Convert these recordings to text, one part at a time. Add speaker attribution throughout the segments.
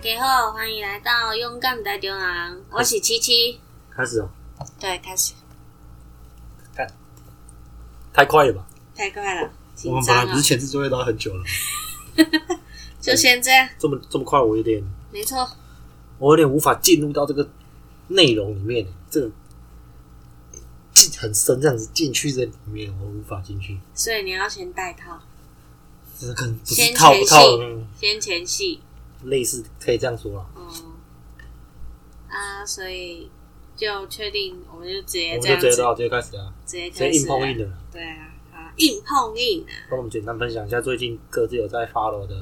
Speaker 1: 家好，欢迎来到勇敢大中人，我是七七。
Speaker 2: 开始哦，
Speaker 1: 对，开始，
Speaker 2: 太快了吧？
Speaker 1: 太快了，紧
Speaker 2: 我们本
Speaker 1: 张啊
Speaker 2: 来
Speaker 1: 了
Speaker 2: 不是，前置作业都要很久了，
Speaker 1: 就先这样，
Speaker 2: 这么这么快，我有点
Speaker 1: 没错，
Speaker 2: 我有点无法进入到这个内容里面，这个进很深这样子进去这里面，我无法进去，
Speaker 1: 所以你要先带套，
Speaker 2: 这可能不是
Speaker 1: 先
Speaker 2: 套
Speaker 1: 前
Speaker 2: 不
Speaker 1: 戏
Speaker 2: 套的那种，
Speaker 1: 先前戏，
Speaker 2: 类似可以这样说啦。
Speaker 1: 嗯，啊，所以就确定，我们就直接
Speaker 2: 我
Speaker 1: 这
Speaker 2: 们就
Speaker 1: 样子
Speaker 2: 直接，到直接开始啊，
Speaker 1: 直接
Speaker 2: 直接
Speaker 1: 开
Speaker 2: 硬
Speaker 1: 始
Speaker 2: 碰
Speaker 1: 了，
Speaker 2: 硬的。
Speaker 1: 对啊，好，硬碰硬啊，
Speaker 2: 帮我们简单分享一下最近各自有在 follow 的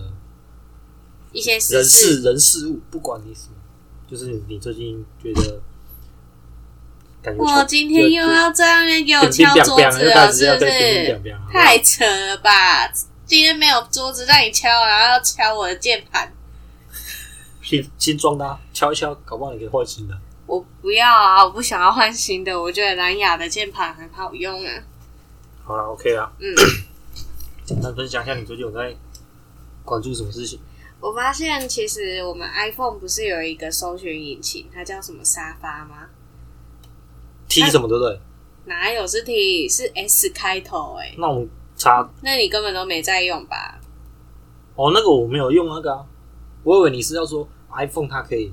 Speaker 1: 一些
Speaker 2: 人
Speaker 1: 私
Speaker 2: 事
Speaker 1: 事，
Speaker 2: 人事物，不管你什么，就是你你最近觉得感觉
Speaker 1: 我今天又要在那边给我敲桌子
Speaker 2: 大
Speaker 1: 了，
Speaker 2: 家
Speaker 1: 是
Speaker 2: 要
Speaker 1: 不
Speaker 2: 对
Speaker 1: 是？
Speaker 2: 乒乒乓乓
Speaker 1: 太扯了吧！今天没有桌子让你敲，然后要敲我的键盘，
Speaker 2: 新新装的、啊，敲一敲，搞不好你可以换新的。
Speaker 1: 我不要啊！我不想要换新的，我觉得蓝牙的键盘很好用啊。
Speaker 2: 好了，OK 啦，
Speaker 1: 嗯，
Speaker 2: 简单分享一下你最近有在关注什么事情？
Speaker 1: 我发现其实我们 iPhone 不是有一个搜寻引擎，它叫什么沙发吗？
Speaker 2: 踢什么对不对？
Speaker 1: 哪有是 T 是 S 开头哎、
Speaker 2: 那种插
Speaker 1: 那你根本都没在用吧？
Speaker 2: 哦，那个我没有用那个啊，我以为你是要说 iPhone 它可以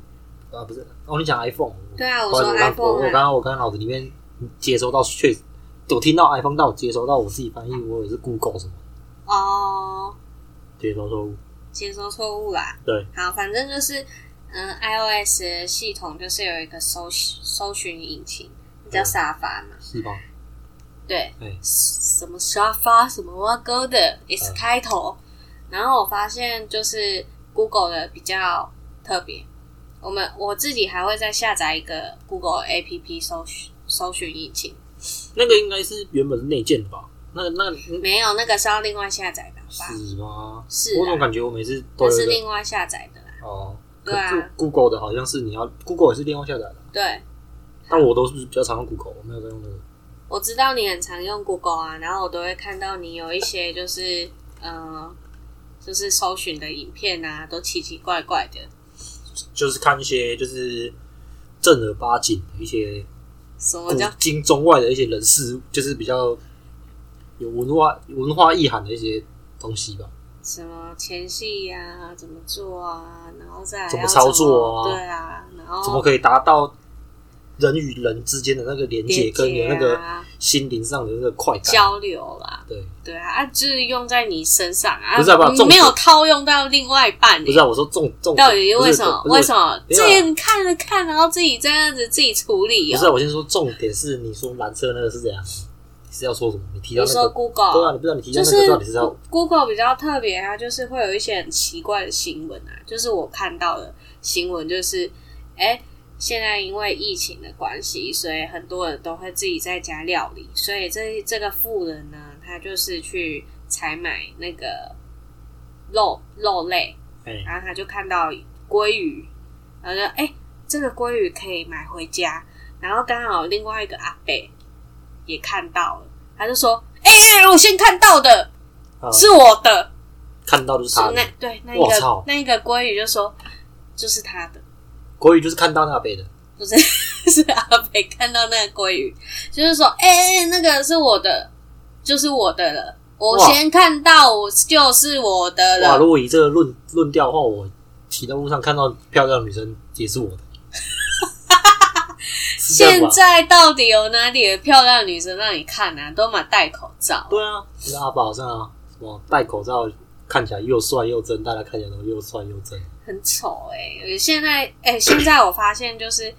Speaker 2: 啊，不是哦，你讲 iPhone
Speaker 1: 对啊，
Speaker 2: 不
Speaker 1: 我
Speaker 2: 好
Speaker 1: 说
Speaker 2: 意思我刚
Speaker 1: iPhone
Speaker 2: 我我
Speaker 1: 啊
Speaker 2: 刚刚我刚刚脑子里面接收到确实。有听到 iPhone，但我接收到我自己翻译，我也是 Google 什么
Speaker 1: 哦，
Speaker 2: 接收错误。
Speaker 1: 接收错误啦。
Speaker 2: 对，
Speaker 1: 好，反正就是，嗯，iOS 的系统就是有一个搜搜寻引擎，叫沙发嘛。
Speaker 2: 是吧？
Speaker 1: 对，
Speaker 2: 哎、
Speaker 1: 什么沙发，什么挖沟的，S
Speaker 2: 嗯
Speaker 1: 开头。然后我发现就是 Google 的比较特别，我们我自己还会再下载一个 Google APP 搜寻搜寻引擎，
Speaker 2: 那个应该是原本是内建的吧？那个那个
Speaker 1: 没有那个是要另外下载的，好吧？
Speaker 2: 是吗？
Speaker 1: 是啊
Speaker 2: 我怎么感觉我每次都
Speaker 1: 那
Speaker 2: 有
Speaker 1: 是
Speaker 2: 一个
Speaker 1: 另外下载的啦。
Speaker 2: 哦，
Speaker 1: 对啊
Speaker 2: 可是 Google 的好像是你要 Google 也是电话下载的，啊
Speaker 1: 对，
Speaker 2: 但我都是比较常用 Google，我没有在用那个。
Speaker 1: 我知道你很常用 Google 啊，然后我都会看到你有一些就是呃，就是搜寻的影片啊，都奇奇怪怪的。
Speaker 2: 就是看一些就是正儿八经的一些
Speaker 1: 什么
Speaker 2: 古
Speaker 1: 叫
Speaker 2: 今中外的一些人事物，就是比较有文化文化意涵的一些东西吧。
Speaker 1: 什么前戏呀、怎么做啊，然后再来
Speaker 2: 怎么
Speaker 1: 要
Speaker 2: 操作啊
Speaker 1: 怎么对啊，然后
Speaker 2: 怎么可以达到人与人之间的那个连接，
Speaker 1: 连
Speaker 2: 跟你
Speaker 1: 接
Speaker 2: 的那个
Speaker 1: 啊、
Speaker 2: 心灵上的那个快感？
Speaker 1: 交流啦，
Speaker 2: 对，
Speaker 1: 对啊，啊，就是用在你身上啊，
Speaker 2: 不是啊不是啊
Speaker 1: 你
Speaker 2: 重
Speaker 1: 没
Speaker 2: 点
Speaker 1: 有套用到另外一半、欸，
Speaker 2: 不是啊，我说重重
Speaker 1: 到底
Speaker 2: 不
Speaker 1: 为
Speaker 2: 是
Speaker 1: 什么？
Speaker 2: 不是啊
Speaker 1: 为什么？
Speaker 2: 不
Speaker 1: 这
Speaker 2: 是
Speaker 1: 个你看着看，然后自己这样子自己处理
Speaker 2: 不
Speaker 1: 哦、
Speaker 2: 是啊，我先说重点是，你说蓝色那个是怎样？你是要说什么？你提到
Speaker 1: 你
Speaker 2: 那
Speaker 1: 说
Speaker 2: 个，
Speaker 1: Google
Speaker 2: 对啊，你不知道你提
Speaker 1: 就
Speaker 2: 到那
Speaker 1: 是
Speaker 2: 个到底是要
Speaker 1: Google 比较特别啊，就是会有一些很奇怪的新闻啊，就是我看到的新闻就是，哎、现在因为疫情的关系，所以很多人都会自己在家料理，所以这这个富人呢，他就是去采买那个肉肉类，
Speaker 2: 哎
Speaker 1: 然后他就看到鲑鱼，然后就哎、这个鲑鱼可以买回家。然后刚好另外一个阿伯也看到了，他就说：“哎、我先看到的，
Speaker 2: 啊
Speaker 1: 是我的。
Speaker 2: 看到就是
Speaker 1: 是
Speaker 2: 他的
Speaker 1: 那对那一
Speaker 2: 我
Speaker 1: 个
Speaker 2: 操
Speaker 1: 那一个鲑鱼就说：“就是他的，
Speaker 2: 国语就是看到那个北的，
Speaker 1: 不是是阿北看到那个鲑鱼，就是说：哎、哎那个是我的，就是我的了。”我
Speaker 2: 哇
Speaker 1: 先看到，我就是我的
Speaker 2: 哇！
Speaker 1: 了
Speaker 2: 如。果以这个论论调的话，我骑在路上看到漂亮的女生也 是我的，是这样
Speaker 1: 现
Speaker 2: 吧？
Speaker 1: 在到底有哪里的漂亮女生让你看啊？都嘛戴口罩，
Speaker 2: 对啊，就是阿宝上啊，什么戴口罩看起来又帅又真，大家看起来都又帅又真。
Speaker 1: 很丑哎、现在哎、现在我发现就是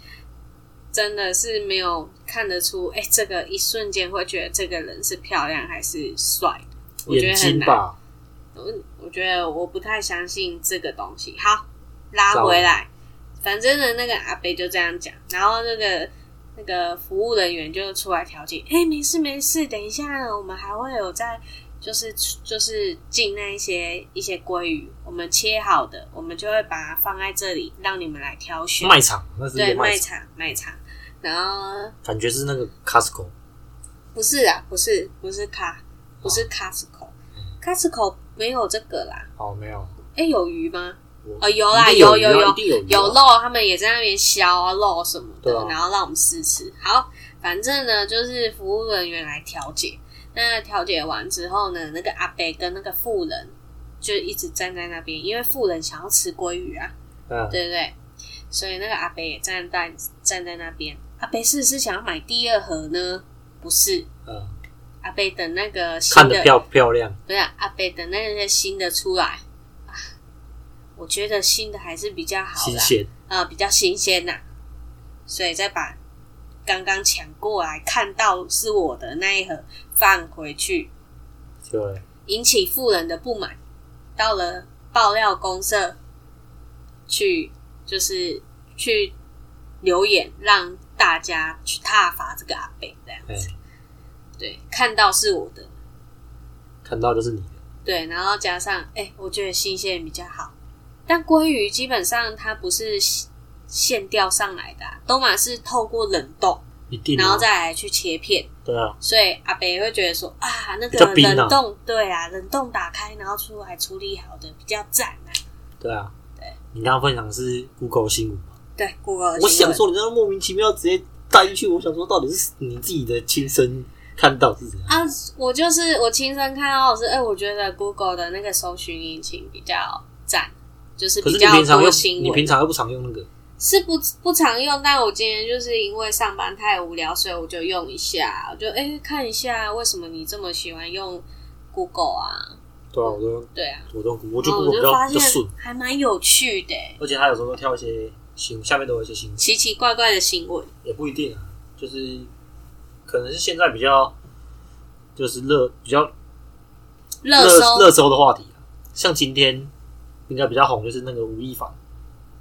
Speaker 1: 真的是没有看得出哎、这个一瞬间会觉得这个人是漂亮还是帅的，我觉
Speaker 2: 眼
Speaker 1: 得很
Speaker 2: 睛
Speaker 1: 难。
Speaker 2: 吧，
Speaker 1: 我我觉得我不太相信这个东西。好，拉回来，反正呢，那个阿北就这样讲，然后那个那个服务人员就出来调解，哎、没事没事，等一下啊我们还会有在。就是就是进那一些一些鲑鱼，我们切好的，我们就会把它放在这里，让你们来挑选。
Speaker 2: 卖场那是一
Speaker 1: 对
Speaker 2: 个
Speaker 1: 卖
Speaker 2: 卖场，
Speaker 1: 场卖场，然后
Speaker 2: 感觉是那个 Costco
Speaker 1: 不是啊，不是不是卡，
Speaker 2: 哦
Speaker 1: 不是 Costco，Costco、没有这个啦。
Speaker 2: 哦，没有，
Speaker 1: 哎、有鱼吗？
Speaker 2: 我我
Speaker 1: 呃有啦
Speaker 2: 一定有
Speaker 1: 有
Speaker 2: 鱼啊
Speaker 1: 有
Speaker 2: 一定有鱼啊
Speaker 1: 有肉，他们也在那边削啊肉什么的，
Speaker 2: 对啊
Speaker 1: 然后让我们试吃。好，反正呢就是服务人员来调解。那调解完之后呢，那个阿伯跟那个妇人就一直站在那边，因为妇人想要吃鲑鱼啊，
Speaker 2: 嗯，
Speaker 1: 对不对？所以那个阿伯也站在站在那边。阿伯是不是想要买第二盒呢？不是，
Speaker 2: 嗯，
Speaker 1: 阿伯等那个新
Speaker 2: 看
Speaker 1: 的
Speaker 2: 得漂不漂亮，
Speaker 1: 不是啊阿北的那个新的出来，啊我觉得新的还是比较好
Speaker 2: 新
Speaker 1: 啦，
Speaker 2: 鲜，
Speaker 1: 呃，比较新鲜呐、所以再把刚刚抢过来看到是我的那一盒放回去，
Speaker 2: 对，
Speaker 1: 引起富人的不满。到了爆料公社去，就是去留言让大家去挞伐这个阿北这样
Speaker 2: 哎，
Speaker 1: 子。对，看到是我的，
Speaker 2: 看到就是你的，
Speaker 1: 对，然后加上，哎、我觉得新鲜比较好。但鲑鱼基本上它不是现钓上来的、啊，都嘛是透过冷冻，
Speaker 2: 一定啊，
Speaker 1: 然后再来去切片，
Speaker 2: 对啊，
Speaker 1: 所以阿北会觉得说啊，那
Speaker 2: 比较
Speaker 1: 个
Speaker 2: 冰啊
Speaker 1: 冷冻，对啊，冷冻打开然后出来处理好的比较赞啊。
Speaker 2: 对啊，你刚刚分享的是 Google 新闻嘛？
Speaker 1: 对，Google 的
Speaker 2: 我
Speaker 1: 新
Speaker 2: 想
Speaker 1: 闻
Speaker 2: 说，你那莫名其妙直接带进去，我想说到底是你自己的亲身看到是怎样？
Speaker 1: 啊，我就是我亲身看到的是，哎、我觉得 Google 的那个搜寻引擎比较赞，就是
Speaker 2: 可
Speaker 1: 比
Speaker 2: 是你
Speaker 1: 较
Speaker 2: 平常
Speaker 1: 多
Speaker 2: 又
Speaker 1: 新
Speaker 2: 你
Speaker 1: 闻
Speaker 2: 平。常又不常用那个，
Speaker 1: 是不不常用，但我今天就是因为上班太无聊，所以我就用一下，我就哎、诶看一下为什么你这么喜欢用 Google 啊？
Speaker 2: 对啊，我都
Speaker 1: 对啊，
Speaker 2: 我都我
Speaker 1: 我
Speaker 2: 就
Speaker 1: 我
Speaker 2: Google 比
Speaker 1: 就
Speaker 2: 较
Speaker 1: 发
Speaker 2: 比较
Speaker 1: 现
Speaker 2: 顺，
Speaker 1: 还蛮有趣的、欸
Speaker 2: 而且它有时候会跳一些新，下面都有一些新闻，
Speaker 1: 奇奇怪怪的新闻。
Speaker 2: 也不一定啊，就是可能是现在比较就是热比较
Speaker 1: 热
Speaker 2: 热
Speaker 1: 搜
Speaker 2: 热搜的话题、啊，像今天应该比较红就是那个吴亦凡，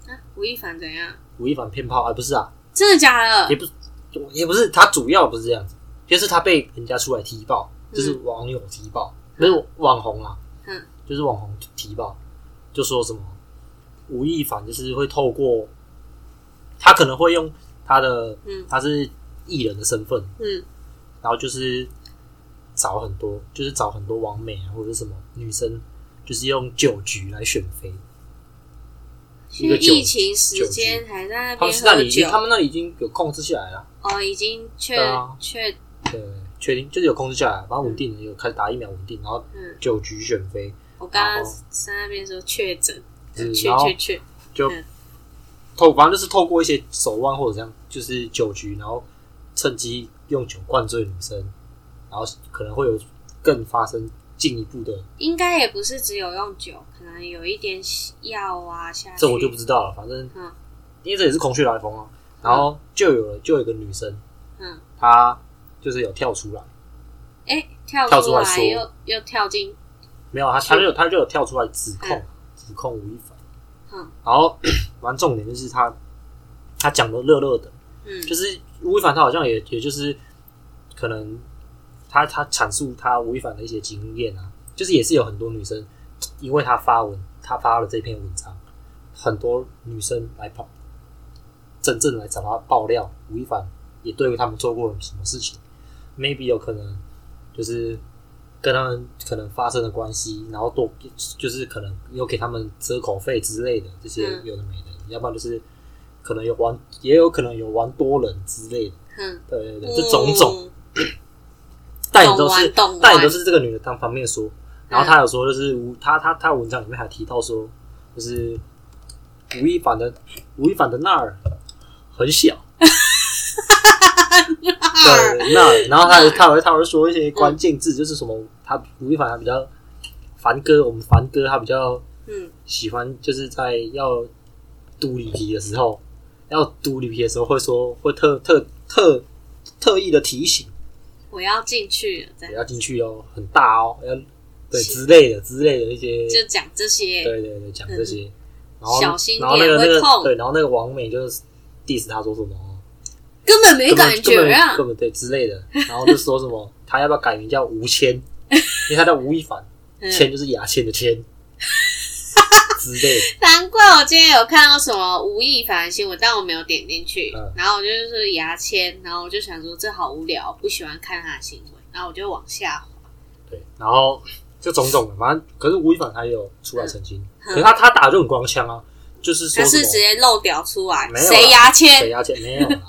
Speaker 1: 啊，吴亦凡怎样？
Speaker 2: 吴亦凡骗炮，哎、不是啊，
Speaker 1: 真的假的
Speaker 2: 也？不也不是，他主要不是这样子，就是他被人家出来踢爆，就是网友踢爆，没有网红啊，
Speaker 1: 嗯，
Speaker 2: 就是网红踢爆，就说什么吴亦凡就是会透过他可能会用他的
Speaker 1: 嗯
Speaker 2: 他是艺人的身份，
Speaker 1: 嗯
Speaker 2: 然后就是找很多，就是找很多网美啊，或者是什么女生，就是用酒局来选妃。
Speaker 1: 现
Speaker 2: 一个
Speaker 1: 在
Speaker 2: 酒
Speaker 1: 疫情时间还在那
Speaker 2: 他们
Speaker 1: 边
Speaker 2: 是那
Speaker 1: 喝
Speaker 2: 里已经，
Speaker 1: 酒
Speaker 2: 他们那里已经有控制下来了，
Speaker 1: 哦，已经确
Speaker 2: 对啊
Speaker 1: 确
Speaker 2: 对，确定就是有控制下来，然后稳定的有开始打疫苗稳定，然后
Speaker 1: 嗯，
Speaker 2: 酒局选妃，
Speaker 1: 我刚
Speaker 2: 然
Speaker 1: 刚
Speaker 2: 后
Speaker 1: 在那边说确诊，
Speaker 2: 嗯
Speaker 1: 确
Speaker 2: 然后
Speaker 1: 确确，
Speaker 2: 就
Speaker 1: 嗯
Speaker 2: 透反正就是透过一些手腕或者这样，就是酒局，然后趁机用酒灌醉女生，然后可能会有更发生进一步的，
Speaker 1: 应该也不是只有用酒，可能有一点药啊下去。
Speaker 2: 这我就不知道了，反正
Speaker 1: 嗯
Speaker 2: 因为这也是空穴来风啊，然后就有了就有一个女生。
Speaker 1: 嗯，
Speaker 2: 他就是有跳出来，
Speaker 1: 哎、跳
Speaker 2: 跳
Speaker 1: 出
Speaker 2: 出来
Speaker 1: 来
Speaker 2: 说
Speaker 1: 又又跳进，
Speaker 2: 没有他，他就有他就有跳出来指控、
Speaker 1: 嗯
Speaker 2: 指控吴亦凡，
Speaker 1: 嗯
Speaker 2: 然后 完重点就是他他讲的热热的，
Speaker 1: 嗯
Speaker 2: 就是吴亦凡他好像也也就是可能他他阐述他吴亦凡的一些经验啊，就是也是有很多女生因为他发文，他发了这篇文章，很多女生来跑真正来找他爆料，吴亦凡也对他们做过什么事情，maybe 有可能就是跟他们可能发生的关系，然后多就是可能有给他们遮口费之类的这些
Speaker 1: 嗯
Speaker 2: 有的没的，要不然就是可能有玩，也有可能有玩多人之类的，
Speaker 1: 嗯，
Speaker 2: 对对对，这种种，
Speaker 1: 嗯
Speaker 2: 但也都是
Speaker 1: 懂玩懂玩
Speaker 2: 但也都是这个女的单方面说，然后她有说就是吴，她她她文章里面还提到说，就是吴亦凡的吴亦凡的那儿很 小，对对那儿，然后她她会她会说一些关键字，就是什么，她吴亦凡他比较凡哥，我们凡哥他比较
Speaker 1: 嗯，
Speaker 2: 喜欢就是在要嘟里皮的时候，要嘟里皮的时候会说会特特特特意的提醒。
Speaker 1: 我要进去了，这
Speaker 2: 也
Speaker 1: 样
Speaker 2: 要进去哦，很大哦，要对
Speaker 1: 是
Speaker 2: 之类的之类的一些，
Speaker 1: 就讲这些，
Speaker 2: 对对对，讲这些，然后
Speaker 1: 小心
Speaker 2: 然后那
Speaker 1: 点
Speaker 2: 个那
Speaker 1: 会痛
Speaker 2: 个对，然后那个王美就是 diss 他说什么哦，
Speaker 1: 根本没
Speaker 2: 根本
Speaker 1: 感
Speaker 2: 根
Speaker 1: 觉啊
Speaker 2: 本，根本对之类的，然后就说什么 他要不要改名叫吴谦，因为他叫吴亦凡，
Speaker 1: 嗯
Speaker 2: 谦就是牙签 的谦之类的，
Speaker 1: 难怪我今天有看到什么吴亦凡的新闻，但我没有点进去。
Speaker 2: 嗯
Speaker 1: 然后我就是牙签，然后我就想说这好无聊，不喜欢看他的新闻，然后我就往下滑。
Speaker 2: 对，然后就种种的，反正可是吴亦凡他也有出来澄清，可是他他打就很光枪啊，就是说
Speaker 1: 嗯他
Speaker 2: 什
Speaker 1: 是直
Speaker 2: 么
Speaker 1: 接漏屌出来，
Speaker 2: 没有啦
Speaker 1: 谁牙
Speaker 2: 谁
Speaker 1: 签？
Speaker 2: 要钱没 有啊，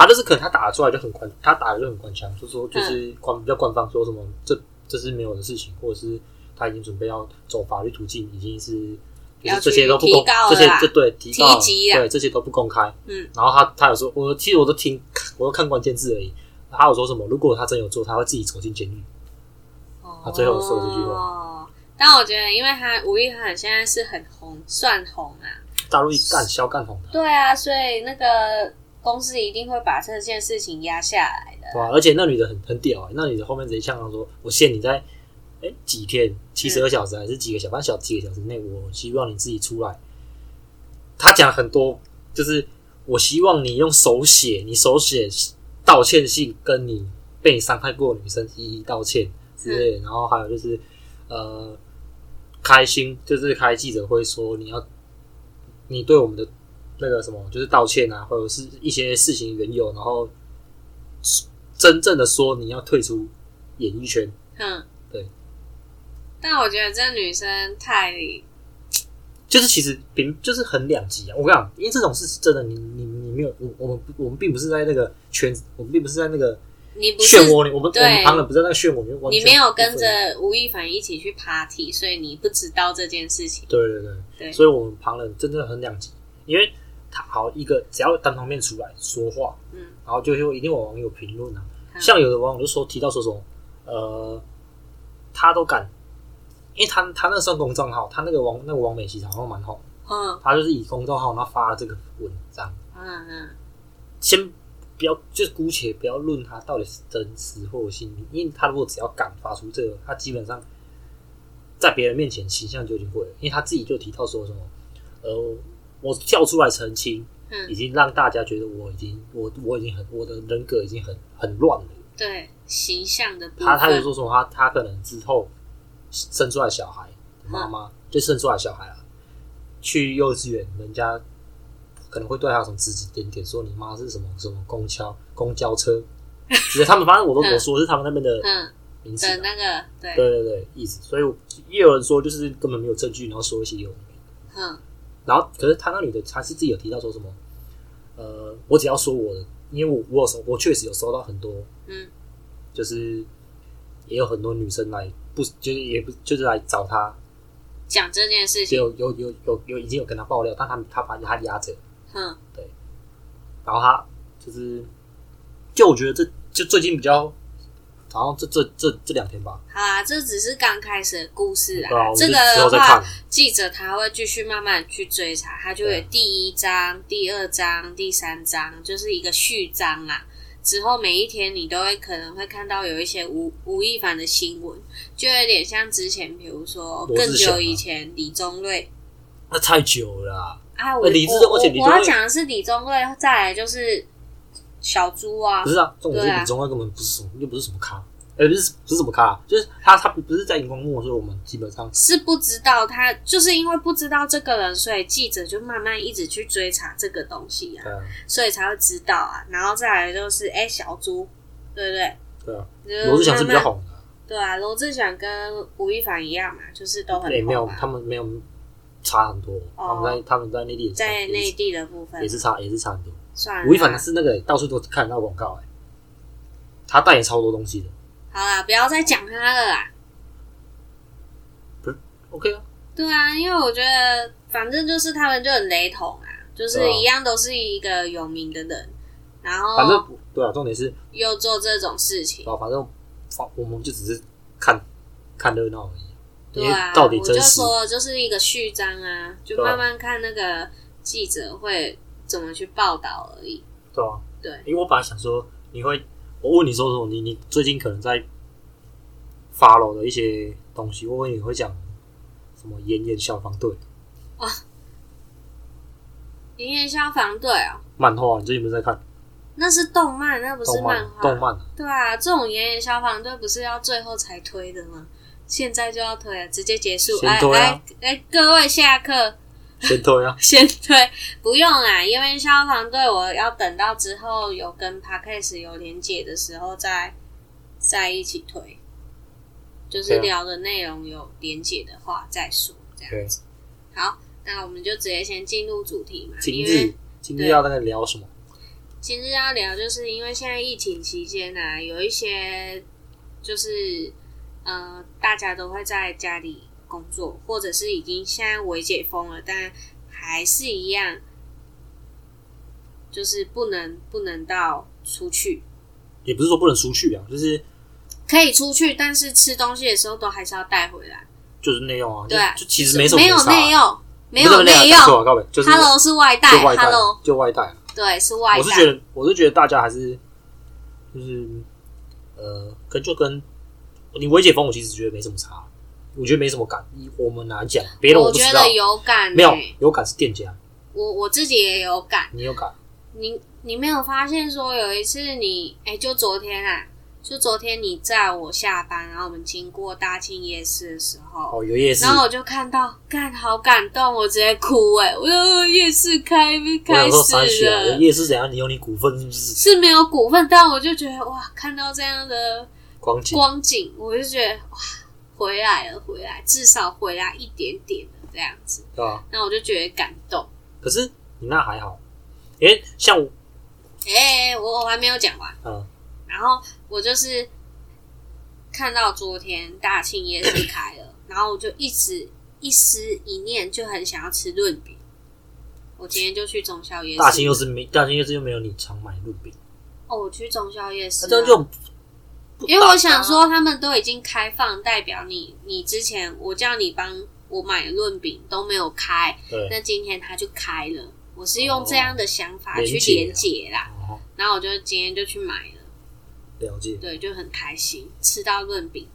Speaker 2: 他就是可能他打得出来就很官，他打的就很官腔，就说
Speaker 1: 嗯
Speaker 2: 就是官比较官方说什么这这是没有的事情，或者是他已经准备要走法律途径，已经是就
Speaker 1: 要
Speaker 2: 是
Speaker 1: 去
Speaker 2: 这些都不公
Speaker 1: 提告，了
Speaker 2: 这些
Speaker 1: 啦
Speaker 2: 这对提告
Speaker 1: 提及啦
Speaker 2: 对这些都不公开，
Speaker 1: 嗯，
Speaker 2: 然后他他有说，我其实我都听我都看关键字而已，他有说什么，如果他真有做，他会自己走进监狱，他最后说了这句话
Speaker 1: 哦，但我觉得，因为他吴亦凡现在是很红，算红啊，
Speaker 2: 大陆一 干消干红的，
Speaker 1: 对啊，所以那个公司一定会把这件事情压下来的。
Speaker 2: 哇，啊而且那女的很很屌、欸，那女的后面直接呛他说，我限你在。哎，几天？七十二小时还是几个小时？反正小几个小时内，我希望你自己出来。他讲很多，就是我希望你用手写，你手写道歉信，跟你被你伤害过的女生一一道歉之类的。然后还有就是，呃，开心就是开记者会说你要你对我们的那个什么，就是道歉啊，或者是一些事情缘由，然后真正的说你要退出演艺圈。
Speaker 1: 嗯，
Speaker 2: 对。
Speaker 1: 但我觉得这女生太
Speaker 2: 就是其实平就是很两极啊。我跟你讲，因为这种事是真的，你你你没有，我我们我们并不是在那个圈子，我们并不是在那个
Speaker 1: 你不是
Speaker 2: 漩涡里，我们我
Speaker 1: 对
Speaker 2: 们旁人不是在那个漩涡里，完全
Speaker 1: 你没有跟
Speaker 2: 不分
Speaker 1: 着吴亦凡一起去 party，所以你不知道这件事情。
Speaker 2: 对对对，
Speaker 1: 对
Speaker 2: 所以我们旁人真的很两极，因为他好一个只要单方面出来说话，
Speaker 1: 嗯，
Speaker 2: 然后就会一定有网友评论啊，
Speaker 1: 嗯
Speaker 2: 像有的网友就说提到说什么，呃，他都敢，因为他他那个算公众号，他那个王那个王美琪好像蛮红，
Speaker 1: 嗯
Speaker 2: 他就是以公众号然后发了这个文章，
Speaker 1: 嗯嗯，
Speaker 2: 先不要，就是姑且不要论他到底是真实或者心理，因为他如果只要敢发出这个，他基本上在别人面前形象就已经毁了，因为他自己就提到说什么，呃，我跳出来澄清，
Speaker 1: 嗯
Speaker 2: 已经让大家觉得我已经我我已经很我的人格已经很很乱了。
Speaker 1: 对，形象的部分。
Speaker 2: 他他就说什么他他可能之后生出来小孩，妈
Speaker 1: 嗯
Speaker 2: 妈就生出来小孩啊，去幼稚园，人家可能会对他有什么指指点点，说你妈是什么什么公交公 交车，只是他们反正我都
Speaker 1: 嗯
Speaker 2: 我说是他们那边的
Speaker 1: 嗯
Speaker 2: 名词啊
Speaker 1: 的，那个对，
Speaker 2: 对对对意思，所以我也有人说就是根本没有证据，然后说一些有的没的
Speaker 1: 嗯
Speaker 2: 然后可是他那女的，她是自己有提到说什么，呃，我只要说我的，因为我我有收，我确实有收到很多
Speaker 1: 嗯
Speaker 2: 就是也有很多女生来不就是也不就是来找他，
Speaker 1: 讲这件事
Speaker 2: 就
Speaker 1: 情。
Speaker 2: 有有有有有已经有跟他爆料，但他他把他压着，
Speaker 1: 嗯
Speaker 2: 然后他就是就我觉得这就最近比较，好像这这这这两天吧，
Speaker 1: 好啦，这只是刚开始的故事
Speaker 2: 对啊，
Speaker 1: 啊
Speaker 2: 我。们
Speaker 1: 这
Speaker 2: 就
Speaker 1: 个
Speaker 2: 之后
Speaker 1: 的
Speaker 2: 再
Speaker 1: 话
Speaker 2: 看，，
Speaker 1: 记者他会继续慢慢去追查，他就会有
Speaker 2: 对啊
Speaker 1: 第一章、第二章、第三章，就是一个序章啊。之后每一天你都会可能会看到有一些吴吴亦凡的新闻，就有点像之前，比如说
Speaker 2: 罗
Speaker 1: 更
Speaker 2: 志祥啊
Speaker 1: 久以前李宗瑞
Speaker 2: 那太久了啦，
Speaker 1: 啊，我
Speaker 2: 哎李志
Speaker 1: 我我
Speaker 2: 而且李宗
Speaker 1: 我
Speaker 2: 瑞
Speaker 1: 要讲的是李宗瑞，再来就是小猪啊
Speaker 2: 不，是啊，重点
Speaker 1: 对
Speaker 2: 是
Speaker 1: 啊
Speaker 2: 李宗瑞根本不是什么，又不是什么咖。呃，不是不是什么咖，就是他他不是在荧光幕，所以我们基本上
Speaker 1: 是不知道他就是因为不知道这个人，所以记者就慢慢一直去追查这个东西啊。
Speaker 2: 对啊
Speaker 1: 所以才会知道啊。然后再来就是，哎、小猪，对不对？
Speaker 2: 对啊，
Speaker 1: 就是
Speaker 2: 罗志祥是比较
Speaker 1: 慢慢。
Speaker 2: 红的啊，
Speaker 1: 对啊，罗志祥跟吴亦凡一样嘛，就是都很
Speaker 2: 也没有
Speaker 1: 红嘛
Speaker 2: 他们没有差很多，他们在他们在内地也是
Speaker 1: 在
Speaker 2: 也
Speaker 1: 内
Speaker 2: 是
Speaker 1: 地的部分
Speaker 2: 也是差也是差很多。
Speaker 1: 算了。
Speaker 2: 吴亦凡他啊是那个、到处都看得到广告哎、他代言超多东西的
Speaker 1: 好啦，不要再讲他了啦。
Speaker 2: ，OK 啊，
Speaker 1: 对啊，因为我觉得反正就是他们就很雷同啊，就是
Speaker 2: 对啊
Speaker 1: 一样都是一个有名的人，然
Speaker 2: 反正
Speaker 1: 后
Speaker 2: 不、对啊，重点是
Speaker 1: 又做这种事情。
Speaker 2: 啊，反正反我们就只是看看热闹而已，
Speaker 1: 对
Speaker 2: 因为
Speaker 1: 啊，
Speaker 2: 到底
Speaker 1: 我就
Speaker 2: 真实
Speaker 1: 说就是一个序章啊，就
Speaker 2: 对啊
Speaker 1: 慢慢看那个记者会怎么去报道而已。
Speaker 2: 对啊，
Speaker 1: 对，
Speaker 2: 因为我本来想说你会，我问你说什么，你你最近可能在 follow 的一些东西，我问你会讲什么炎炎消防队
Speaker 1: 炎炎消防队哦，
Speaker 2: 漫画，你最近不是在看
Speaker 1: 那是动漫，那不是
Speaker 2: 动
Speaker 1: 漫
Speaker 2: 漫
Speaker 1: 画。
Speaker 2: 动漫啊？
Speaker 1: 对啊，这种炎炎消防队不是要最后才推的吗？现在就要推了，直接结束。
Speaker 2: 先
Speaker 1: 哎
Speaker 2: 推啊
Speaker 1: 哎哎，各位下课，
Speaker 2: 先 推啊，
Speaker 1: 先推，不用啦，因为消防队我要等到之后有跟 p a c a s e 有连结的时候再再一起推。就是
Speaker 2: 对啊
Speaker 1: 聊的内容有连结的话再说这样子。好，那我们就直接先进入主题嘛，
Speaker 2: 今
Speaker 1: 因
Speaker 2: 日
Speaker 1: 为
Speaker 2: 今日要在那里聊什么？
Speaker 1: 今日要聊，就是因为现在疫情期间啊，有一些就是呃，大家都会在家里工作，或者是已经现在微解封了，但还是一样，就是不能不能到出去，
Speaker 2: 也不是说不能出去啊，就是
Speaker 1: 可以出去，但是吃东西的时候都还是要带回来。
Speaker 2: 就是内用啊，
Speaker 1: 对啊
Speaker 2: 就就其实没什么
Speaker 1: 没有
Speaker 2: 差啊
Speaker 1: 内用，没
Speaker 2: 不是
Speaker 1: 有内
Speaker 2: 用，
Speaker 1: 用
Speaker 2: 错啊，告白就是
Speaker 1: ，Hello 是外带
Speaker 2: 就外带
Speaker 1: ，Hello
Speaker 2: 就外带啊。
Speaker 1: 对是外
Speaker 2: 我是觉
Speaker 1: 带，
Speaker 2: 得，我是觉得大家还是就是呃，跟就跟你微解封，我其实觉得没什么差，我觉得没什么感。以我们来讲，别人
Speaker 1: 我
Speaker 2: 不知
Speaker 1: 觉
Speaker 2: 道
Speaker 1: 得，有感、欸，
Speaker 2: 没有有感是店家，
Speaker 1: 我我自己也有感。
Speaker 2: 你有感，
Speaker 1: 你你没有发现说有一次你哎、就昨天啊，就昨天你载我下班，然后我们经过大庆夜市的时候，
Speaker 2: 哦，有夜市
Speaker 1: 然，后我就看到，干好感动，我直接哭哎、我就夜市开
Speaker 2: 我
Speaker 1: 开
Speaker 2: 想说三
Speaker 1: 始
Speaker 2: 小
Speaker 1: 了，
Speaker 2: 夜市怎样？你有你股份是不是？
Speaker 1: 是没有股份，但我就觉得哇，看到这样的
Speaker 2: 光景
Speaker 1: 光景，我就觉得哇，回来了，回来，至少回来一点点了这样子，
Speaker 2: 对吧？
Speaker 1: 那我就觉得感动。
Speaker 2: 可是你那还好，因为像我，
Speaker 1: 哎、我我还没有讲完。
Speaker 2: 嗯，
Speaker 1: 然后我就是看到昨天大庆夜市开了，然后我就一直一丝一念就很想要吃润饼。我今天就去中宵夜市，
Speaker 2: 大兴又是没，大兴又是又没有你常买润饼，
Speaker 1: 哦，我去中宵夜市
Speaker 2: 那
Speaker 1: 啊、
Speaker 2: 这样就很不
Speaker 1: 因为我
Speaker 2: 搭
Speaker 1: 想
Speaker 2: 啊
Speaker 1: 说他们都已经开放，代表你你之前我叫你帮我买润饼都没有开，
Speaker 2: 对，
Speaker 1: 那今天他就开了。我是用这样的想法
Speaker 2: 哦
Speaker 1: 去
Speaker 2: 连结啊
Speaker 1: 连结啦，
Speaker 2: 哦，
Speaker 1: 然后我就今天就去买了，
Speaker 2: 了解，
Speaker 1: 对，就很开心，吃到润饼。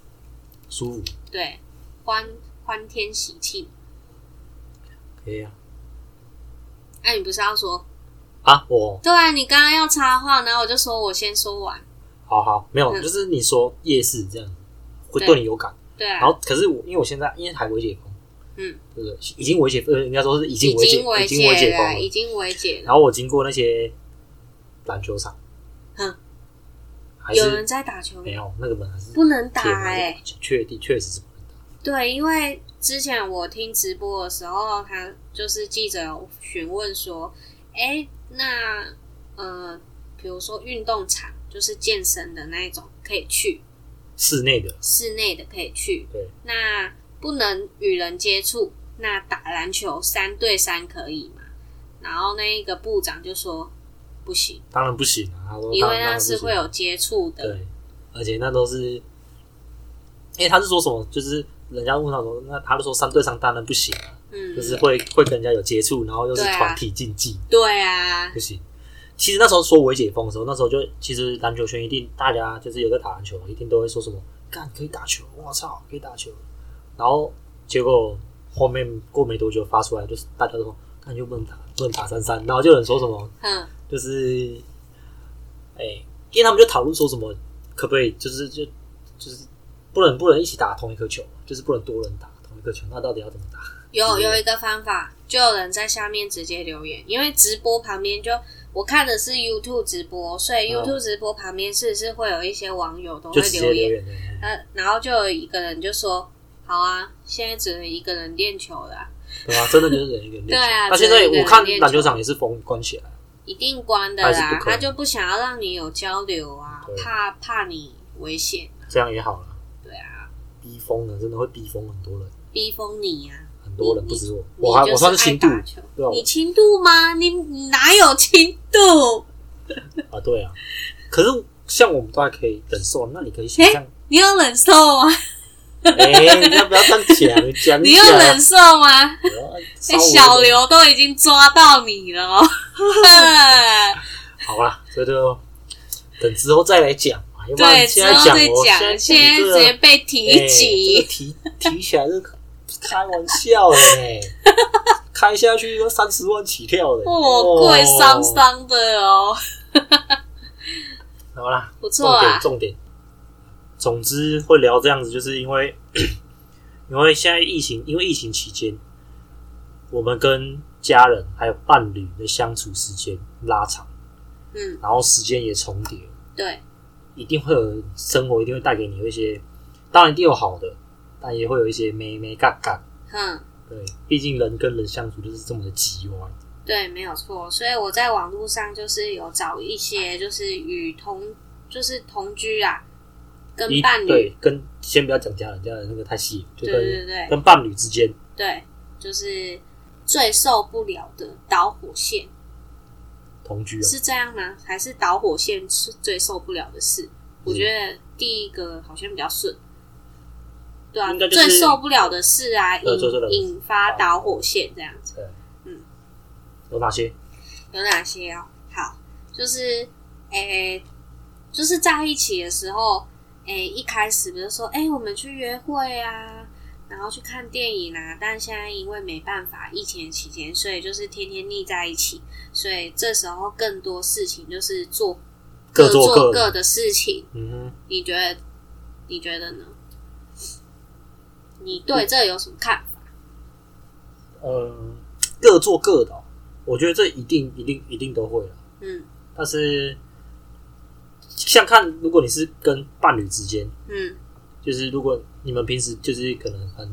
Speaker 2: 舒服，
Speaker 1: 对，欢欢天喜庆。
Speaker 2: 可以啊。
Speaker 1: 那、你不是要说？
Speaker 2: 啊，我
Speaker 1: 对啊，你刚刚要插话，然后我就说我先说完。
Speaker 2: 好好没有，
Speaker 1: 嗯
Speaker 2: 就是你说夜市这样子会
Speaker 1: 对
Speaker 2: 对你有感，
Speaker 1: 对啊
Speaker 2: 然，后可是我因为我现在因为还未解封，
Speaker 1: 嗯，
Speaker 2: 对不对？已经未解封，呃应该说是已经
Speaker 1: 已
Speaker 2: 未解
Speaker 1: 经为
Speaker 2: 已经未解
Speaker 1: 解
Speaker 2: 封
Speaker 1: 了，已
Speaker 2: 了。
Speaker 1: 经为解了。
Speaker 2: 然后我经过那些篮球场，
Speaker 1: 嗯，
Speaker 2: 还
Speaker 1: 有
Speaker 2: 是
Speaker 1: 人在打球吗
Speaker 2: 没，有那个门还是
Speaker 1: 不能打
Speaker 2: 铁门
Speaker 1: 哎、
Speaker 2: 确定确实是不能打。
Speaker 1: 对，因为之前我听直播的时候，他就是记者有询问说，哎，那呃，比如说运动场，就是健身的那一种可以去，
Speaker 2: 室内的
Speaker 1: 室内的可以去，
Speaker 2: 对，
Speaker 1: 那不能与人接触。那打篮球三对三可以吗？然后那一个部长就说不行，
Speaker 2: 当然不行啊，他说
Speaker 1: 因
Speaker 2: 当
Speaker 1: 为
Speaker 2: 然当
Speaker 1: 那
Speaker 2: 然不
Speaker 1: 是
Speaker 2: 行
Speaker 1: 会有接触的。
Speaker 2: 对，而且那都是，因为他是说什么，就是人家问他说，那他就说三对三当然不行啊。
Speaker 1: 嗯，
Speaker 2: 就是会会跟人家有接触，然后又是
Speaker 1: 对啊
Speaker 2: 团体竞技，
Speaker 1: 对啊
Speaker 2: 不，行。其实那时候说微解封的时候，那时候就其实篮球圈一定大家就是有在打篮球，一定都会说什么“干可以打球”，我操可以打球。然后结果后面过没多久发出来，就是大家都说“干就不能打，不能打三三”，然后就有人说什么
Speaker 1: 嗯，
Speaker 2: 就是，哎、因为他们就讨论说什么可不可以，就是就就是不能不能一起打同一颗球，就是不能多人打同一颗球，那到底要怎么打？
Speaker 1: 有有一个方法，就有人在下面直接留言，因为直播旁边就我看的是 YouTube 直播，所以
Speaker 2: 嗯
Speaker 1: YouTube 直播旁边是不是会有一些网友都
Speaker 2: 就
Speaker 1: 会
Speaker 2: 直接
Speaker 1: 留言
Speaker 2: 留？言的。
Speaker 1: 呃，然后就有一个人就说：“好啊，现在只能一个人练球了啊、
Speaker 2: 对啊，真的就是人一个人练球。
Speaker 1: 对啊
Speaker 2: 那现
Speaker 1: 真
Speaker 2: 在
Speaker 1: 的一个人
Speaker 2: 我看
Speaker 1: 练球
Speaker 2: 篮球场也是封关起来，
Speaker 1: 一定关的
Speaker 2: 还是
Speaker 1: 啦
Speaker 2: 不，可以
Speaker 1: 他就不想要让你有交流啊
Speaker 2: 对，
Speaker 1: 怕怕你危险，
Speaker 2: 这样也好了。
Speaker 1: 对啊，
Speaker 2: 逼疯了，真的会逼疯很多人，
Speaker 1: 逼疯你啊。
Speaker 2: 很多人
Speaker 1: 你
Speaker 2: 不止我，
Speaker 1: 你
Speaker 2: 我还
Speaker 1: 就是
Speaker 2: 我算是轻度
Speaker 1: 爱打球
Speaker 2: 对啊
Speaker 1: 你轻度吗？你你哪有轻度？
Speaker 2: 啊，对啊。可是像我们都还可以忍 受，那你可以想象，
Speaker 1: 你有忍受吗？
Speaker 2: 哎，你要不要这样讲讲？
Speaker 1: 你有
Speaker 2: 讲
Speaker 1: 忍受吗？
Speaker 2: 啊我
Speaker 1: 那
Speaker 2: 要稍微
Speaker 1: 小刘都已经抓到你了 哦。
Speaker 2: 好啦，这就等之后再来讲嘛，要不
Speaker 1: 对，
Speaker 2: 然
Speaker 1: 之
Speaker 2: 现在
Speaker 1: 后
Speaker 2: 讲
Speaker 1: 再，
Speaker 2: 我
Speaker 1: 讲，现在
Speaker 2: 在
Speaker 1: 直接被提
Speaker 2: 哎这个
Speaker 1: 及。
Speaker 2: 提提起来是开玩笑的欸， 开下去都三十万起跳的欸，
Speaker 1: 哦，贵桑桑的哦，
Speaker 2: 好啦，
Speaker 1: 不
Speaker 2: 重
Speaker 1: 错啊
Speaker 2: 点，重点。总之会聊这样子，就是因为 因为现在疫情，因为疫情期间，我们跟家人还有伴侣的相处时间拉长，
Speaker 1: 嗯，
Speaker 2: 然后时间也重叠，
Speaker 1: 对，
Speaker 2: 一定会有生活一定会带给你有一些当然一定有好的，但也会有一些没没嘎嘎。
Speaker 1: 哼，
Speaker 2: 对，毕竟人跟人相处就是这么的叽歪。
Speaker 1: 对，没有错。所以我在网络上就是有找一些就是与同就是同居啊，跟
Speaker 2: 一
Speaker 1: 伴侣，
Speaker 2: 对跟先不要讲家人，家人那个太细，就
Speaker 1: 对
Speaker 2: 跟
Speaker 1: 对对
Speaker 2: 跟伴侣之间，
Speaker 1: 对，就是最受不了的导火线
Speaker 2: 同居哦，
Speaker 1: 是这样吗？还是导火线是最受不了的事？我
Speaker 2: 嗯
Speaker 1: 觉得第一个好像比较顺。对啊，
Speaker 2: 应该就是呃
Speaker 1: 最受不了的事啊，
Speaker 2: 对最受不了
Speaker 1: 引
Speaker 2: 的事
Speaker 1: 引发导火线这样子。
Speaker 2: 有哪些？
Speaker 1: 有哪些哦？好，就是诶、就是在一起的时候，诶、一开始比如说，诶、我们去约会啊，然后去看电影啊，但现在因为没办法，疫情期间，所以就是天天腻在一起，所以这时候更多事情就是做
Speaker 2: 各做
Speaker 1: 做
Speaker 2: 各的
Speaker 1: 各的事情。
Speaker 2: 嗯哼，
Speaker 1: 你觉得？你觉得呢？你
Speaker 2: 嗯
Speaker 1: 对这有什么看法？
Speaker 2: 呃，各做各的哦、我觉得这一定一定一定都会了。
Speaker 1: 嗯
Speaker 2: 但是像看，如果你是跟伴侣之间，
Speaker 1: 嗯
Speaker 2: 就是如果你们平时就是可能很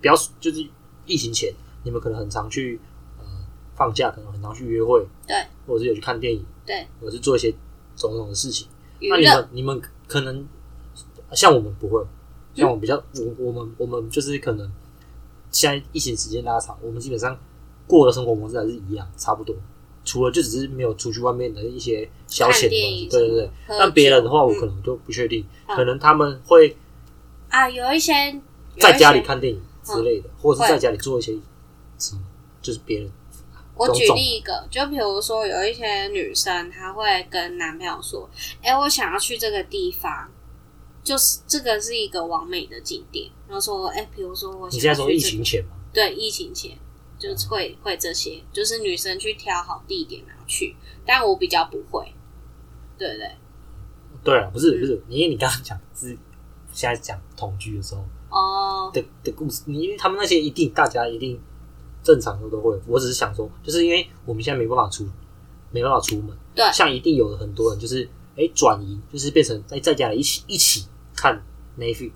Speaker 2: 比较，就是疫情前，你们可能很常去呃放假，可能很常去约会，
Speaker 1: 对，
Speaker 2: 或者是有去看电影，
Speaker 1: 对，
Speaker 2: 或者是做一些种种的事情。
Speaker 1: 娱
Speaker 2: 那你
Speaker 1: 乐
Speaker 2: 们你们可能像我们不会，像我们比较，我我们我们就是可能现在疫情时间拉长，我们基本上过的生活模式还是一样，差不多。除了就只是没有出去外面的一些消
Speaker 1: 看
Speaker 2: 遣的
Speaker 1: 电
Speaker 2: 东西，
Speaker 1: 影
Speaker 2: 对
Speaker 1: 什么，
Speaker 2: 对对。
Speaker 1: 喝
Speaker 2: 但别人的话，
Speaker 1: 酒
Speaker 2: 我
Speaker 1: 嗯
Speaker 2: 可能就不确定，
Speaker 1: 嗯
Speaker 2: 可能他们会
Speaker 1: 啊，有一些有一
Speaker 2: 在家
Speaker 1: 些
Speaker 2: 里看电影之类
Speaker 1: 嗯
Speaker 2: 的，或者是在家里做一些什么，就是别人
Speaker 1: 我
Speaker 2: 种
Speaker 1: 举
Speaker 2: 种
Speaker 1: 例一个，就比如说有一些女生，她会跟男朋友说：“哎、我想要去这个地方，就是这个是一个完美的景点。”然后说：“哎、比如说我
Speaker 2: 你
Speaker 1: 想
Speaker 2: 现
Speaker 1: 要
Speaker 2: 在
Speaker 1: 去、
Speaker 2: 说疫情前嘛，
Speaker 1: 对疫情前，就是会会这些，就是女生去挑好地点然后去，但我比较不会，对不对？
Speaker 2: 对啊，不是
Speaker 1: 嗯
Speaker 2: 不是，因为你刚刚讲是现在讲同居的时候，
Speaker 1: 哦，
Speaker 2: 的的故事，你因为他们那些一定大家一定正常的都会。我只是想说，就是因为我们现在没办法出，没办法出门，
Speaker 1: 对
Speaker 2: 像一定有的很多人就是哎转移，就是变成哎在家里一起一起看 Netflix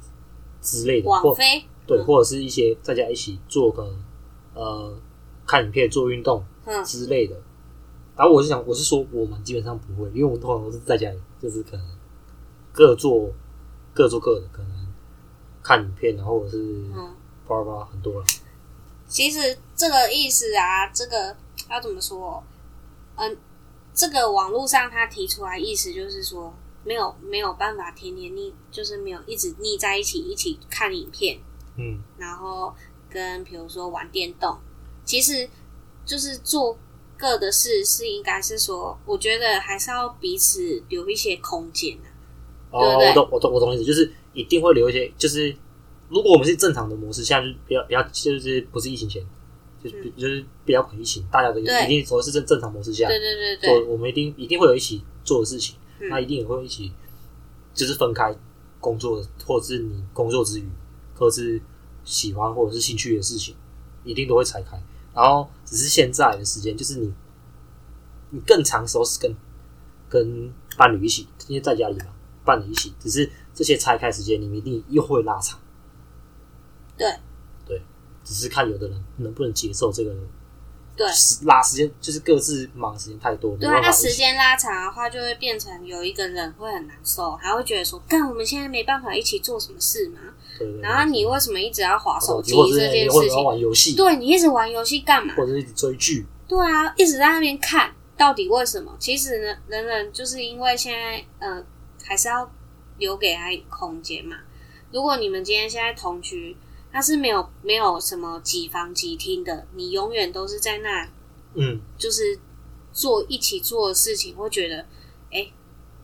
Speaker 2: 之类的，
Speaker 1: 网
Speaker 2: 或
Speaker 1: 飞，
Speaker 2: 对，或者是一些在家一起做个呃看影片、做运动
Speaker 1: 嗯，
Speaker 2: 之类的。然后我是想，我是说我们基本上不会，因为我们通常都是在家里，就是可能各做各做各的，可能看影片，然啊后或者是。
Speaker 1: 嗯，
Speaker 2: 巴拉巴拉很多了。
Speaker 1: 其实这个意思啊，这个要怎么说？嗯，这个网络上他提出来意思就是说，没有没有办法天天腻，就是没有一直腻在一起，一起看影片，
Speaker 2: 嗯，
Speaker 1: 然后跟比如说玩电动，其实就是做各的事是应该是说，我觉得还是要彼此留一些空间啊。
Speaker 2: 哦，
Speaker 1: 对不对
Speaker 2: 我懂，我懂，我懂意思，就是一定会留一些，就是如果我们是正常的模式，现在就是比较比较，就是不是疫情前，就是、比就是比较可能疫情，大家的
Speaker 1: 嗯对
Speaker 2: 一定说是正正常模式下，
Speaker 1: 对对对
Speaker 2: 做
Speaker 1: 对，
Speaker 2: 我们一定一定会有一起做的事情，
Speaker 1: 嗯
Speaker 2: 那一定也会一起，就是分开工作，或者是你工作之余，或者是喜欢或者是兴趣的事情，一定都会拆开。然后只是现在的时间，就是你你更长时候是跟跟伴侣一起，因为在家里嘛，伴侣一起，只是这些拆开时间，你们一定又会拉长。
Speaker 1: 对
Speaker 2: 对，只是看有的人能不能接受这个
Speaker 1: 对
Speaker 2: 时拉时间，就是各自忙时间太多，没
Speaker 1: 对啊，
Speaker 2: 办法
Speaker 1: 那
Speaker 2: 一
Speaker 1: 时
Speaker 2: 起。
Speaker 1: 间拉长的话，就会变成有一个人会很难受，还会觉得说，干，我们现在没办法一起做什么事嘛。
Speaker 2: 对对对
Speaker 1: 然后你为什么一直要划
Speaker 2: 玩
Speaker 1: 手机
Speaker 2: 或者
Speaker 1: 这
Speaker 2: 是
Speaker 1: 件
Speaker 2: 你或
Speaker 1: 事
Speaker 2: 者要
Speaker 1: 情？
Speaker 2: 玩游戏，
Speaker 1: 对你一直玩游戏干嘛？
Speaker 2: 或者是一直追剧，
Speaker 1: 对啊，一直在那边看，到底为什么？其实呢，人人就是因为现在，呃，还是要留给他空间嘛。如果你们今天现在同居，那是没有没有什么几房几厅的，你永远都是在那
Speaker 2: 嗯，
Speaker 1: 就是做一起做的事情，会觉得，哎、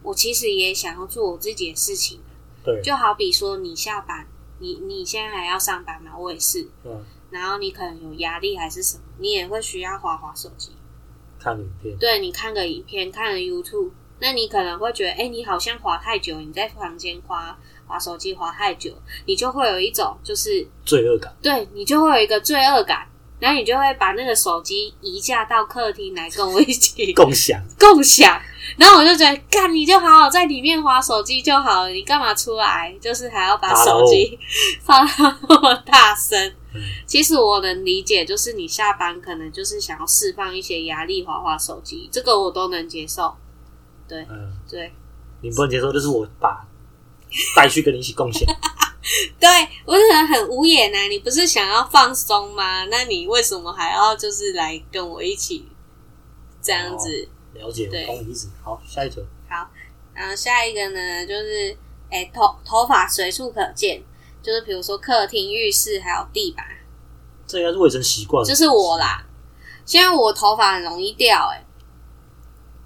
Speaker 1: 我其实也想要做我自己的事情。
Speaker 2: 对，
Speaker 1: 就好比说，你下班，你你现在还要上班嘛，我也是。
Speaker 2: 嗯，
Speaker 1: 然后你可能有压力还是什么，你也会需要划划手机。
Speaker 2: 看影片，
Speaker 1: 对你看个影片，看个 YouTube，那你可能会觉得，哎、你好像滑太久，你在房间滑滑手机滑太久，你就会有一种就是
Speaker 2: 罪恶感，
Speaker 1: 对你就会有一个罪恶感，然后你就会把那个手机移架到客厅来跟我一起
Speaker 2: 共享，
Speaker 1: 共享。然后我就觉得，干你就好好在里面划手机就好了，你干嘛出来？就是还要把手机 放到那么大声
Speaker 2: 嗯。
Speaker 1: 其实我能理解，就是你下班可能就是想要释放一些压力，划划手机，这个我都能接受。
Speaker 2: 嗯，
Speaker 1: 对，
Speaker 2: 你不能接受，就是我把带去跟你一起共享，
Speaker 1: 对我可能很无言啊，你不是想要放松吗？那你为什么还要就是来跟我一起这样子？
Speaker 2: 了解，
Speaker 1: 对
Speaker 2: 我懂你意思。好，下一则，
Speaker 1: 好，然后下一个呢，就是哎、诶头头发随处可见，就是比如说客厅、浴室还有地板，
Speaker 2: 这应该是卫生习惯。
Speaker 1: 就是我啦。现在我头发很容易掉、哎，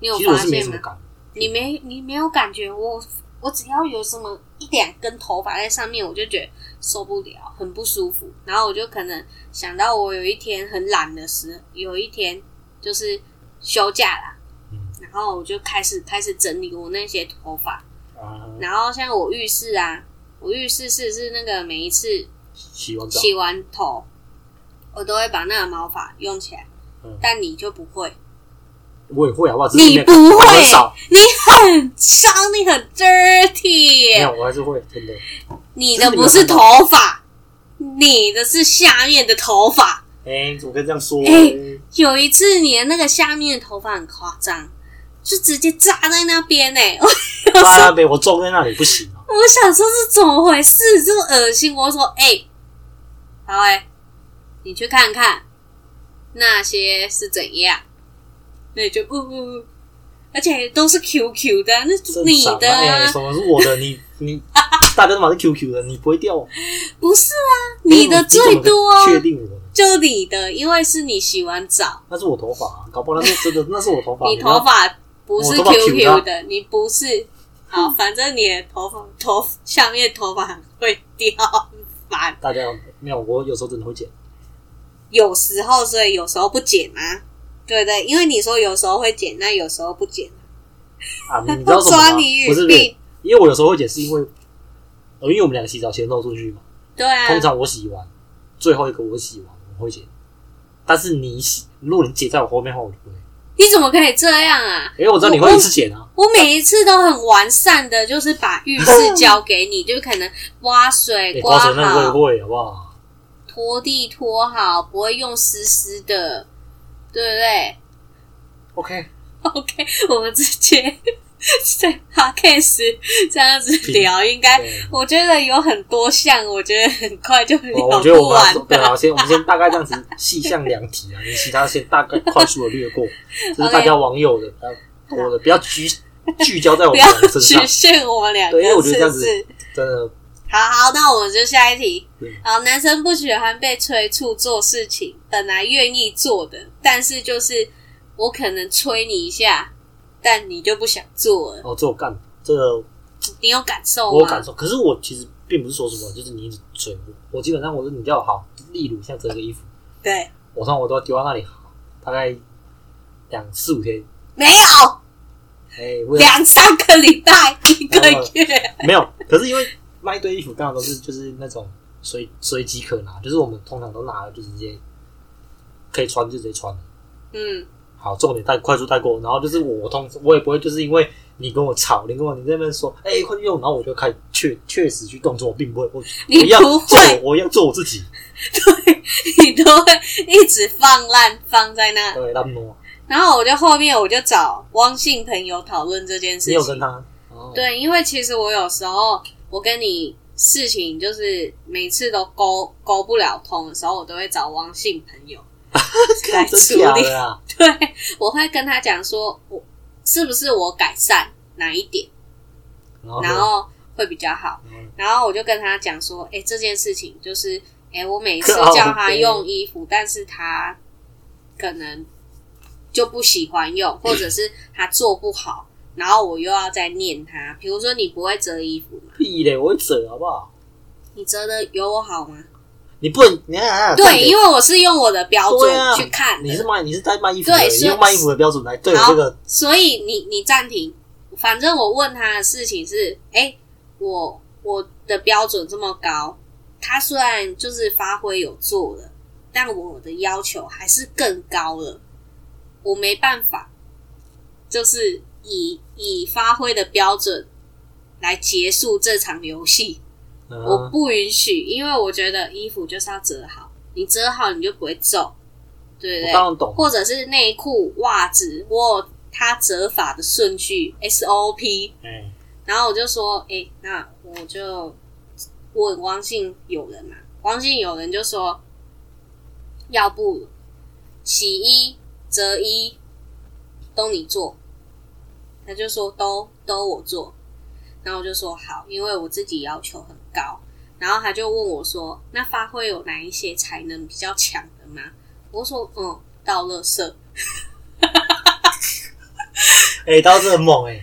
Speaker 1: 你有
Speaker 2: 其实我
Speaker 1: 发
Speaker 2: 是没
Speaker 1: 现啊
Speaker 2: 什么
Speaker 1: 吗？
Speaker 2: 感，
Speaker 1: 你没你没有感觉我。我只要有什么一两根头发在上面，我就觉得受不了，很不舒服。然后我就可能想到我有一天很懒的时候，有一天就是休假啦，
Speaker 2: 嗯
Speaker 1: 然后我就开始开始整理我那些头发，
Speaker 2: 啊，
Speaker 1: 然后像我浴室啊，我浴室是是那个每一次
Speaker 2: 洗完澡，
Speaker 1: 洗完头，我都会把那个毛发用起来，
Speaker 2: 嗯
Speaker 1: 但你就不会，
Speaker 2: 我也会好不好？只是
Speaker 1: 你
Speaker 2: 没有
Speaker 1: 不
Speaker 2: 我
Speaker 1: 会
Speaker 2: 很，少，
Speaker 1: 你很脏，你很
Speaker 2: 没有，
Speaker 1: dirty，
Speaker 2: 我还是会真的。
Speaker 1: 你的不是头发，你的是下面的头发。
Speaker 2: 哎，怎么可以这样说？
Speaker 1: 哎有一次你的那个下面的头发很夸张，就直接扎在那边欸呢、我
Speaker 2: 啊，没，我种在那里不行啊。
Speaker 1: 我想说是怎么回事，这么恶心！我说，哎、好哎、你去看看那些是怎样，那就不不不，而且都是 QQ 的啊，那是
Speaker 2: 正
Speaker 1: 你
Speaker 2: 常啊
Speaker 1: 的
Speaker 2: 哎
Speaker 1: 啊，
Speaker 2: 什么是我的？你你大家都嘛是 QQ 的，你不会掉啊？
Speaker 1: 不是啊，你的最多啊
Speaker 2: 你怎么确定我的？
Speaker 1: 就你的，因为是你洗完澡，
Speaker 2: 那是我头发啊，搞不好那是真的，那是我头发。
Speaker 1: 你头发不是
Speaker 2: 我头发 Q 啊
Speaker 1: QQ
Speaker 2: 的
Speaker 1: 的，你不是。好，反正你的头发头下面头发很会掉，很烦。
Speaker 2: 大家没有，我有时候真的会剪，
Speaker 1: 有时候，所以有时候不剪啊，对不对？因为你说有时候会剪，那有时候不剪，
Speaker 2: 啊，你你知道
Speaker 1: 不
Speaker 2: 什么
Speaker 1: 抓
Speaker 2: 吗？
Speaker 1: 你
Speaker 2: 不
Speaker 1: 语
Speaker 2: 是不是
Speaker 1: 病，，
Speaker 2: 因为我有时候会剪，是因为，呃，因为我们两个洗澡前漏出去嘛。
Speaker 1: 对啊，
Speaker 2: 通常我洗完，最后一个我洗完，我会剪。但是你洗，如果你剪在我后面的话，我就不会，
Speaker 1: 你怎么可以这样啊？
Speaker 2: 因为我知道你会一次剪啊。
Speaker 1: 我每一次都很完善的，就是把浴室交给你，就可能挖水
Speaker 2: 哎，
Speaker 1: 刮
Speaker 2: 刮水那个
Speaker 1: 好，
Speaker 2: 我也会，好不好？
Speaker 1: 拖地拖好，不会用湿湿的，对不对
Speaker 2: OK，
Speaker 1: ？OK，我们直接在 podcast 这样子聊，应该
Speaker 2: 对
Speaker 1: 我觉得有很多项，我觉得很快就 聊
Speaker 2: 我哦我觉得
Speaker 1: 不
Speaker 2: 我们要
Speaker 1: 完
Speaker 2: 对
Speaker 1: 的。
Speaker 2: 啊，先我们先大概这样子细项两题啊，你其他先大概快速的略 过，这是大家网友的，还有我的，不要聚聚焦在
Speaker 1: 啊
Speaker 2: 我
Speaker 1: 不
Speaker 2: 们
Speaker 1: 要
Speaker 2: 两个身上
Speaker 1: 局，限我们两个，
Speaker 2: 对因为我觉得这样
Speaker 1: 是
Speaker 2: 子
Speaker 1: 不是？
Speaker 2: 真的
Speaker 1: 好好，那我们就下一题
Speaker 2: 嗯。
Speaker 1: 好，男生不喜欢被催促做事情，本来愿意做的，但是就是我可能催你一下，但你就不想做了。
Speaker 2: 哦，这我干，这个
Speaker 1: 你有感受吗？
Speaker 2: 我有感受。可是我其实并不是说什么，就是你一直追我，我基本上我是你叫我好，例如像这个衣服，
Speaker 1: 对，
Speaker 2: 我上我都要丢到那里好，大概两四五天，
Speaker 1: 没有
Speaker 2: 哎、为了
Speaker 1: 两三个礼拜， 一个
Speaker 2: 哦
Speaker 1: 月。
Speaker 2: 没有，可是因为那一堆衣服刚好都是就是那种随随机可拿，就是我们通常都拿了就直接可以穿就直接穿了。
Speaker 1: 嗯，
Speaker 2: 好，重点带快速带过，然后就是我通我也不会就是因为你跟我吵，你跟我你在那边说，哎、快去用，然后我就开始确确实去动作，我并不会，我
Speaker 1: 你
Speaker 2: 我一样
Speaker 1: 不会
Speaker 2: 做我，我一样做我自己，
Speaker 1: 你都会一直放烂放在那，
Speaker 2: 对，那么
Speaker 1: 然后我就后面我就找汪姓朋友讨论这件事
Speaker 2: 你
Speaker 1: 情
Speaker 2: 有。跟他，哦，
Speaker 1: 对，因为其实我有时候我跟你事情就是每次都沟沟不了通的时候，我都会找汪姓朋友来处
Speaker 2: 真假
Speaker 1: 理。
Speaker 2: 的啊？
Speaker 1: 对，我会跟他讲说，我是不是我改善哪一点，
Speaker 2: 然后
Speaker 1: 然
Speaker 2: 呢
Speaker 1: 后会比较好。
Speaker 2: 然后呢
Speaker 1: 然后我就跟他讲说，哎、这件事情就是，哎、我每 次
Speaker 2: 靠
Speaker 1: 叫他
Speaker 2: 背
Speaker 1: 用衣服，但是他可能就不喜欢用，或者是他做不好，然后我又要再念他。比如说你不会折衣服嘛，
Speaker 2: 屁嘞，我会折好不好？
Speaker 1: 你折的有我好 吗？
Speaker 2: 你不能，你看啊，重
Speaker 1: 对，
Speaker 2: 点
Speaker 1: 因为我是用我的标
Speaker 2: 对啊
Speaker 1: 准去看
Speaker 2: 你
Speaker 1: 的，
Speaker 2: 是卖你是在卖衣服
Speaker 1: 对
Speaker 2: 的，你
Speaker 1: 所以
Speaker 2: 用卖衣服的标准来对我
Speaker 1: 好
Speaker 2: 这个
Speaker 1: 所以你你暂停。反正我问他的事情是，哎、我我的标准这么高，他虽然就是发挥有做了，但我的要求还是更高了，我没办法，就是以以发挥的标准来结束这场游戏，
Speaker 2: 嗯
Speaker 1: 我不允许，因为我觉得衣服就是要折好，你折好你就不会皱，对不
Speaker 2: 我
Speaker 1: 对？
Speaker 2: 当然懂，
Speaker 1: 或者是内裤、袜子，我有它折法的顺序 SOP，
Speaker 2: 哎，
Speaker 1: 然后我就说，哎、那我就问汪姓友人嘛，汪姓友人就说，要不洗衣、折衣都你做，他就说都都我做，然后我就说好，因为我自己要求很高，然后他就问我说，那发挥有哪一些才能比较强的吗？ 我说嗯，倒垃圾，
Speaker 2: 哎，到这很猛哎，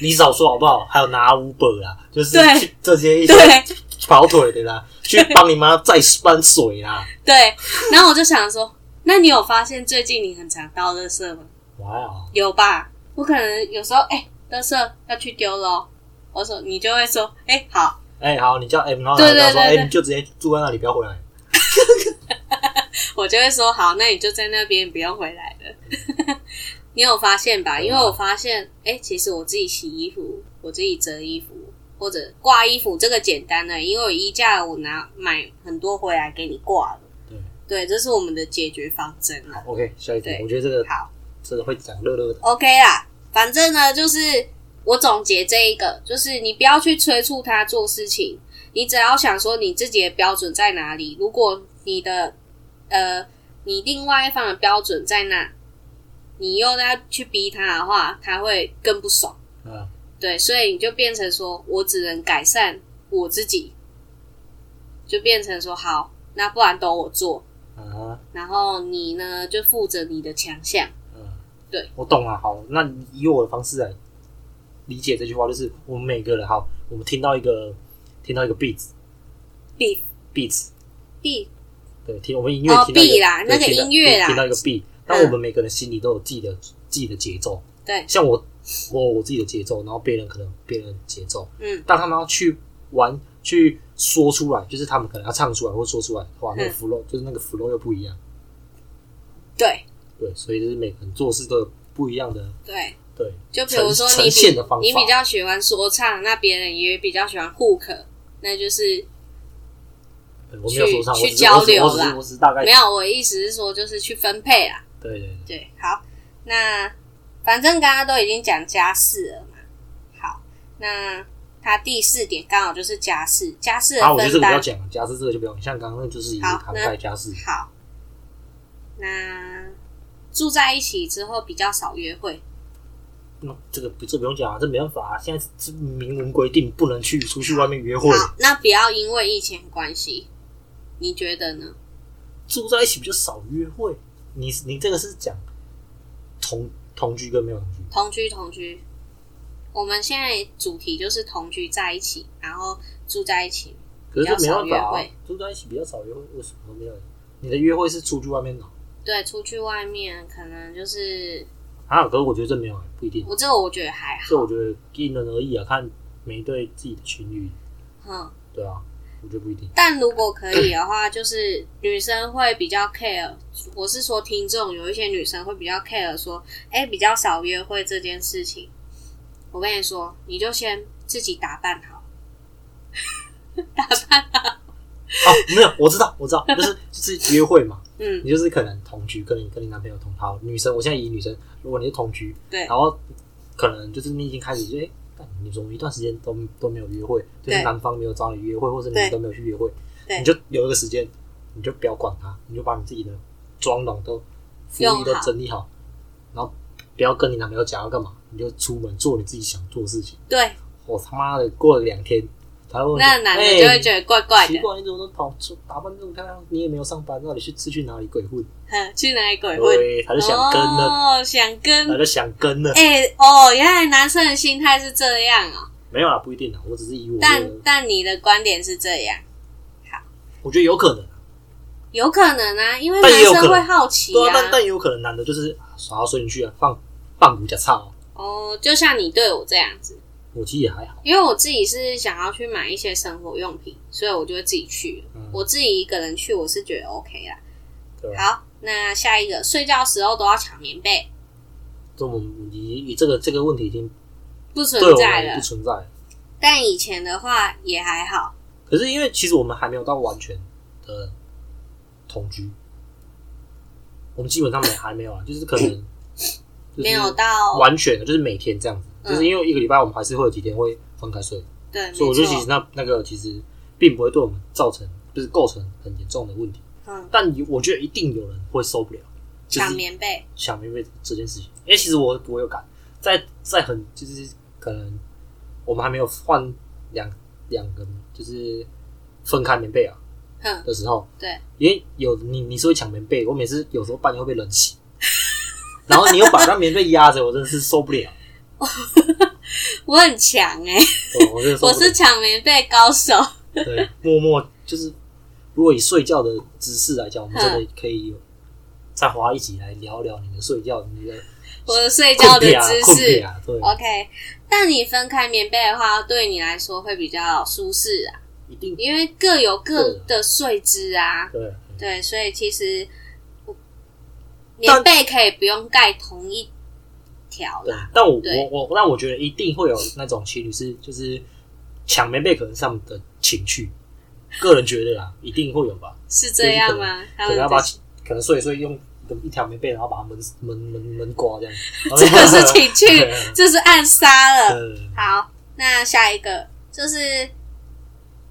Speaker 2: 你少说好不好？还有拿 Uber 啦，就是
Speaker 1: 对
Speaker 2: 去这些一些
Speaker 1: 对。
Speaker 2: 跑腿的啦，去帮你妈再搬水啦，
Speaker 1: 对，然后我就想说，那你有发现最近你很常倒垃圾吗？
Speaker 2: 哇哦，
Speaker 1: 有吧？我可能有时候哎、垃圾要去丢咯。我说你就会说，哎、好，
Speaker 2: 哎，好，你叫 M，然后
Speaker 1: 对对
Speaker 2: 他说，
Speaker 1: 对对
Speaker 2: 哎，你就直接住在那里，不要回来，
Speaker 1: 我就会说好，那你就在那边不要回来了。 你有发现吧？因为我发现，哎、其实我自己洗衣服，我自己折衣服或者挂衣服，这个简单的，因为我衣架我拿买很多回来给你挂了。
Speaker 2: 对
Speaker 1: 对，这是我们的解决方针啊。
Speaker 2: 好，OK，下一题，
Speaker 1: 对
Speaker 2: 我觉得这个
Speaker 1: 好。
Speaker 2: 这个会讲乐乐的，
Speaker 1: OK 啦，反正呢，就是我总结这一个，就是你不要去催促他做事情，你只要想说你自己的标准在哪里。如果你的呃，你另外一方的标准在那，你又再去逼他的话，他会更不爽。
Speaker 2: 嗯，
Speaker 1: 对，所以你就变成说我只能改善我自己，就变成说好，那不然都我做，
Speaker 2: 啊，
Speaker 1: 然后你呢就负责你的强项。
Speaker 2: 嗯，
Speaker 1: 对，
Speaker 2: 我懂了。好，那你以我的方式来理解这句话，就是我们每个人，好，我们听到一个听到一个 beats
Speaker 1: beef
Speaker 2: beats，
Speaker 1: beef
Speaker 2: 对，听我们音乐
Speaker 1: 哦
Speaker 2: 听到一
Speaker 1: beat 啦
Speaker 2: 对
Speaker 1: 那个
Speaker 2: 听到
Speaker 1: 音乐啦嗯
Speaker 2: 听到一个 beat，那我们每个人心里都有自己的自己的节奏。
Speaker 1: 对
Speaker 2: 像我我有我自己的节奏，然后别人可能别人的节奏，
Speaker 1: 嗯，
Speaker 2: 当他们要去玩去说出来，就是他们可能要唱出来或说出来的话，那个
Speaker 1: 嗯
Speaker 2: flow、就是那个 flow 又不一样。
Speaker 1: 对
Speaker 2: 对，所以就是每个人做事都有不一样的
Speaker 1: 对。
Speaker 2: 对
Speaker 1: 就比如说
Speaker 2: 呈
Speaker 1: 你
Speaker 2: 呈现的
Speaker 1: 比
Speaker 2: 方法
Speaker 1: 你比较喜欢说唱，那别人也比较喜欢 hook，那就是
Speaker 2: 对我没有说上，
Speaker 1: 去
Speaker 2: 我
Speaker 1: 去
Speaker 2: 只是
Speaker 1: 交流
Speaker 2: 我只
Speaker 1: 啦
Speaker 2: 是我只是大概
Speaker 1: 没有我的意思是说就是去分配啦。
Speaker 2: 对对对，
Speaker 1: 对，好，那反正刚刚都已经讲家事了嘛。好，那他第四点刚好就是家事，家事
Speaker 2: 啊，
Speaker 1: 的
Speaker 2: 我觉得这
Speaker 1: 分
Speaker 2: 个
Speaker 1: 担。
Speaker 2: 不要讲了，家事这个就不用，像刚刚那就是已经
Speaker 1: 好
Speaker 2: 涵
Speaker 1: 那
Speaker 2: 盖家事，
Speaker 1: 好，那住在一起之后比较少约会，
Speaker 2: 那这个不这不用讲啊，这没办法啊，现在这明文规定不能去出去外面约会，
Speaker 1: 好，那不要因为疫情关系，你觉得呢？
Speaker 2: 住在一起比较少约会。你你这个是讲同同居跟没有同居，
Speaker 1: 同居同居，我们现在主题就是同居在一起，然后住在一起。
Speaker 2: 可是这
Speaker 1: 比
Speaker 2: 没办
Speaker 1: 较少
Speaker 2: 法
Speaker 1: 约
Speaker 2: 啊
Speaker 1: 会，
Speaker 2: 住在一起比较少约会，为什么都没有？你的约会是出去外面找
Speaker 1: 对，出去外面可能就是
Speaker 2: 啊？可是我觉得这没有，不一定，
Speaker 1: 我这个我觉得还好，
Speaker 2: 这我觉得因人而异啊，看每一对自己的情侣，
Speaker 1: 嗯。
Speaker 2: 对啊，我觉得不一定。
Speaker 1: 但如果可以的话，就是女生会比较 care，我是说听众有一些女生会比较 care 说，哎、比较少约会这件事情。我跟你说，你就先自己打扮好，
Speaker 2: 哦，没有，我知道，我知道，就是就是约会嘛，
Speaker 1: 嗯，
Speaker 2: 你就是可能同居，跟你跟你男朋友同好，女生，我现在以女生，如果你是同居，
Speaker 1: 对
Speaker 2: 然后可能就是你已经开始就哎，干你怎么一段时间都都没有约会，就是
Speaker 1: 对
Speaker 2: 男方没有找你约会，或者你
Speaker 1: 对
Speaker 2: 们都没有去约会，
Speaker 1: 对
Speaker 2: 你就留一个时间，你就不要管他，你就把你自己的妆容都服
Speaker 1: 用
Speaker 2: 仪都
Speaker 1: 好
Speaker 2: 整理好，然后不要跟你男朋友讲要干嘛，你就出门做你自己想做的事情。
Speaker 1: 对，
Speaker 2: 我他妈的过了两天，他会问你
Speaker 1: 那男的
Speaker 2: 哎
Speaker 1: 就会觉得怪怪
Speaker 2: 奇
Speaker 1: 的，
Speaker 2: 怪，你怎么都跑出打扮这么漂亮，你也没有上班，到底去是去哪里鬼混？
Speaker 1: 哼，去哪里鬼混？
Speaker 2: 对，他就想跟了，
Speaker 1: 哦，想跟
Speaker 2: 他就想跟 了。
Speaker 1: 哎、哦，原来男生的心态是这样哦。
Speaker 2: 没有啦，不一定啦，我只是以我
Speaker 1: 但
Speaker 2: 的，
Speaker 1: 但你的观点是这样，
Speaker 2: 我觉得有可能，啊
Speaker 1: 有可能啊，因为
Speaker 2: 但
Speaker 1: 男
Speaker 2: 也有可
Speaker 1: 生
Speaker 2: 能
Speaker 1: 会好奇
Speaker 2: 对啊，但
Speaker 1: 啊。
Speaker 2: 但也有可能男的就是耍到水里去啊，放放骨假唱哦，
Speaker 1: 哦，就像你对我这样子，
Speaker 2: 我其实也还好，
Speaker 1: 因为我自己是想要去买一些生活用品，所以我就会自己去了。
Speaker 2: 嗯
Speaker 1: 我自己一个人去，我是觉得 OK 啦。
Speaker 2: 对啊吧？
Speaker 1: 好，那下一个，睡觉时候都要抢棉被，
Speaker 2: 这我们你你这个这个问题已经
Speaker 1: 不存
Speaker 2: 对我
Speaker 1: 在
Speaker 2: 们也
Speaker 1: 了
Speaker 2: 不。存在了。
Speaker 1: 但以前的话也还好，
Speaker 2: 可是因为其实我们还没有到完全的同居，我们基本上没还没有啊，就是可能就是
Speaker 1: 没有到
Speaker 2: 完全的，就是每天这样子，
Speaker 1: 嗯
Speaker 2: 就是因为一个礼拜我们还是会有几天会分开睡，
Speaker 1: 对，没
Speaker 2: 所以我觉得其
Speaker 1: 错
Speaker 2: 实，那那个其实并不会对我们造成就是构成很严重的问题，
Speaker 1: 嗯，
Speaker 2: 但你我觉得一定有人会受不了，就
Speaker 1: 抢
Speaker 2: 是
Speaker 1: 棉被，
Speaker 2: 想因为这件事情，因为其实我我有感，在在很就是可能我们还没有换两两个就是分开棉被啊
Speaker 1: 哼，
Speaker 2: 的时候，
Speaker 1: 对，
Speaker 2: 因为有你你是会抢棉被，我每次有时候半夜会被冷醒，然后你又把那棉被压着，我真的是受不 了，
Speaker 1: 我很强哎、
Speaker 2: 我我真的受
Speaker 1: 我
Speaker 2: 不了
Speaker 1: 是抢棉被高手，
Speaker 2: 对默默就是如果以睡觉的姿势来讲，我们真
Speaker 1: 嗯
Speaker 2: 的可以有再花一集来聊聊你的睡觉，你的
Speaker 1: 我的睡觉的
Speaker 2: 困屁啊
Speaker 1: 姿
Speaker 2: 困屁
Speaker 1: 势。哦
Speaker 2: 啊，对，
Speaker 1: OK，但你分开棉被的话，对你来说会比较舒适啊，
Speaker 2: 一定
Speaker 1: 因为各有各的睡姿啊。
Speaker 2: 对。
Speaker 1: 对，所以其实我棉
Speaker 2: 但
Speaker 1: 被可以不用盖同一条
Speaker 2: 对
Speaker 1: 啦。，
Speaker 2: 但我
Speaker 1: 对
Speaker 2: 我我，但我觉得一定会有那种情侣是就是抢棉被，可能是他们的情趣，个人觉得啦，一定会有吧。
Speaker 1: 是这样吗？他
Speaker 2: 可
Speaker 1: 们
Speaker 2: 能要把
Speaker 1: 的
Speaker 2: 可能睡一睡用一个一条棉被，然后把它闷闷闷闷刮这样。
Speaker 1: 这个是情趣
Speaker 2: 对，
Speaker 1: 这是暗杀了。
Speaker 2: 呃，
Speaker 1: 好，那下一个就是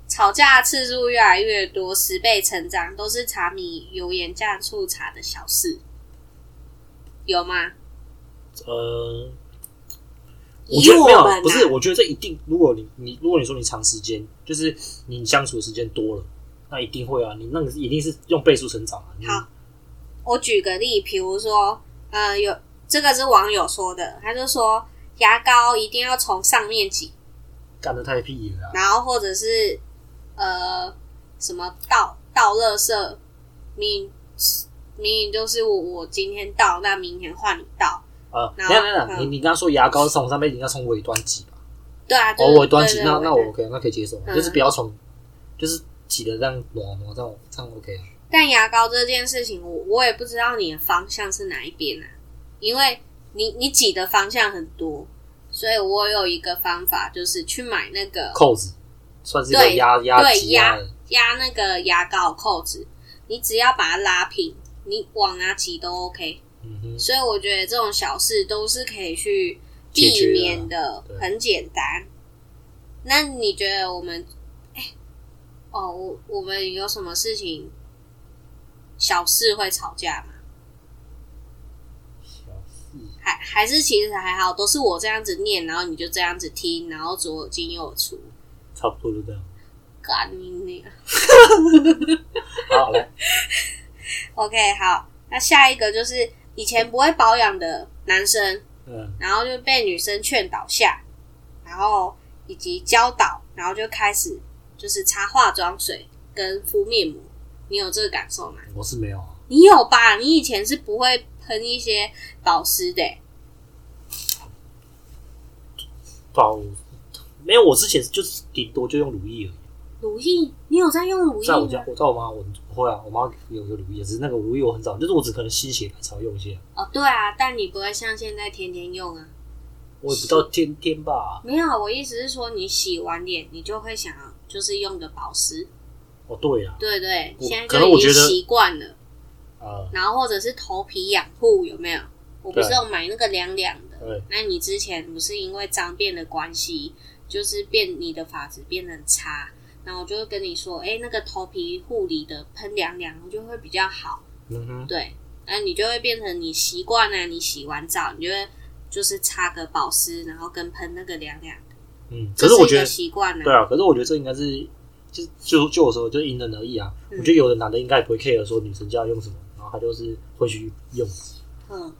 Speaker 1: 吵架次数越来越多，十倍成长，都是茶米油盐酱醋茶的小事，有吗？
Speaker 2: 呃，我
Speaker 1: 以
Speaker 2: 觉得没
Speaker 1: 我
Speaker 2: 有
Speaker 1: 们、啊、，
Speaker 2: 不是，我觉得这一定，如果你你如果你说你长时间，就是你相处的时间多了，那一定会啊，你那个是一定是用倍数成长啊。你
Speaker 1: 好我举个例，比如说，呃，有这个是网友说的，他就说牙膏一定要从上面挤，
Speaker 2: 干的太屁了啊。
Speaker 1: 然后或者是呃什么倒倒垃圾，明明明就是我我今天倒，那明天换你倒，
Speaker 2: 啊，
Speaker 1: 然
Speaker 2: 等
Speaker 1: 后
Speaker 2: 一下等一
Speaker 1: 嗯
Speaker 2: 下，你你刚刚说牙膏是从上面，你要从尾端挤吧？
Speaker 1: 对啊，就
Speaker 2: 哦，
Speaker 1: 是、
Speaker 2: 尾端
Speaker 1: 对
Speaker 2: 挤，
Speaker 1: 对
Speaker 2: 那
Speaker 1: 对
Speaker 2: 那我 OK，那可以接受，
Speaker 1: 嗯
Speaker 2: 就是不要从，就是挤的这样挪挪这样这样 OK 啊。
Speaker 1: 但牙膏这件事情，我我也不知道你的方向是哪一边啊，因为你你挤的方向很多，所以我有一个方法，就是去买那个
Speaker 2: 扣子算是一个
Speaker 1: 对
Speaker 2: 压压
Speaker 1: 对
Speaker 2: 挤
Speaker 1: 压
Speaker 2: 压的，
Speaker 1: 压那个牙膏扣子，你只要把它拉平，你往哪挤都 OK。
Speaker 2: 嗯哼，
Speaker 1: 所以我觉得这种小事都是可以去
Speaker 2: 解
Speaker 1: 避
Speaker 2: 决的
Speaker 1: 免的，
Speaker 2: 对
Speaker 1: 很简单。那你觉得我们，哎、哦，我我们有什么事情小事会吵架吗？
Speaker 2: 小事
Speaker 1: 还还是其实还好，都是我这样子念，然后你就这样子听，然后左耳进右耳出，
Speaker 2: 差不多就这样。
Speaker 1: 干你娘！
Speaker 2: 好，来，
Speaker 1: OK，好，那下一个就是以前不会保养的男生，
Speaker 2: 嗯，
Speaker 1: 然后就被女生劝导下，然后以及教导，然后就开始就是擦化妆水跟敷面膜。你有这个感受吗？
Speaker 2: 我是没有啊，
Speaker 1: 你有吧？你以前是不会喷一些保湿的欸、
Speaker 2: 保没有，我之前就是顶多就用乳液而已。
Speaker 1: 乳液，你有在用乳液
Speaker 2: 在
Speaker 1: 吗？
Speaker 2: 我家，我在我妈，我不会啊，我妈有一个乳液，只是那个乳液我很早，就是我只可能心血来潮用一些，
Speaker 1: 哦，对啊，但你不会像现在天天用啊。
Speaker 2: 我也不到天天吧。
Speaker 1: 没有，啊我意思是说，你洗完脸，你就会想要就是用个保湿。
Speaker 2: 哦，对啊，
Speaker 1: 对对，
Speaker 2: 我
Speaker 1: 现在
Speaker 2: 可
Speaker 1: 就
Speaker 2: 能我
Speaker 1: 已经
Speaker 2: 觉得
Speaker 1: 习惯了。
Speaker 2: 呃，
Speaker 1: 然后或者是头皮养护有没有？我不是
Speaker 2: 对
Speaker 1: 有买那个凉凉的，
Speaker 2: 对，
Speaker 1: 那你之前不是因为脏辫的关系，就是变你的发质变得很差，然后我就会跟你说，哎、那个头皮护理的喷凉凉就会比较好，
Speaker 2: 嗯哼，
Speaker 1: 对，那你就会变成你习惯了，你洗完澡你就会就是擦个保湿，然后跟喷那个凉凉的，
Speaker 2: 嗯，
Speaker 1: 这
Speaker 2: 可是我
Speaker 1: 一
Speaker 2: 觉
Speaker 1: 个
Speaker 2: 得
Speaker 1: 习惯
Speaker 2: 对
Speaker 1: 了，
Speaker 2: 啊，可是我觉得这应该是，就就就我说，就因人而异啊。
Speaker 1: 嗯
Speaker 2: 我觉得有的男的应该也不会 care 说女生家用什么，然后他就是会去用。
Speaker 1: 嗯，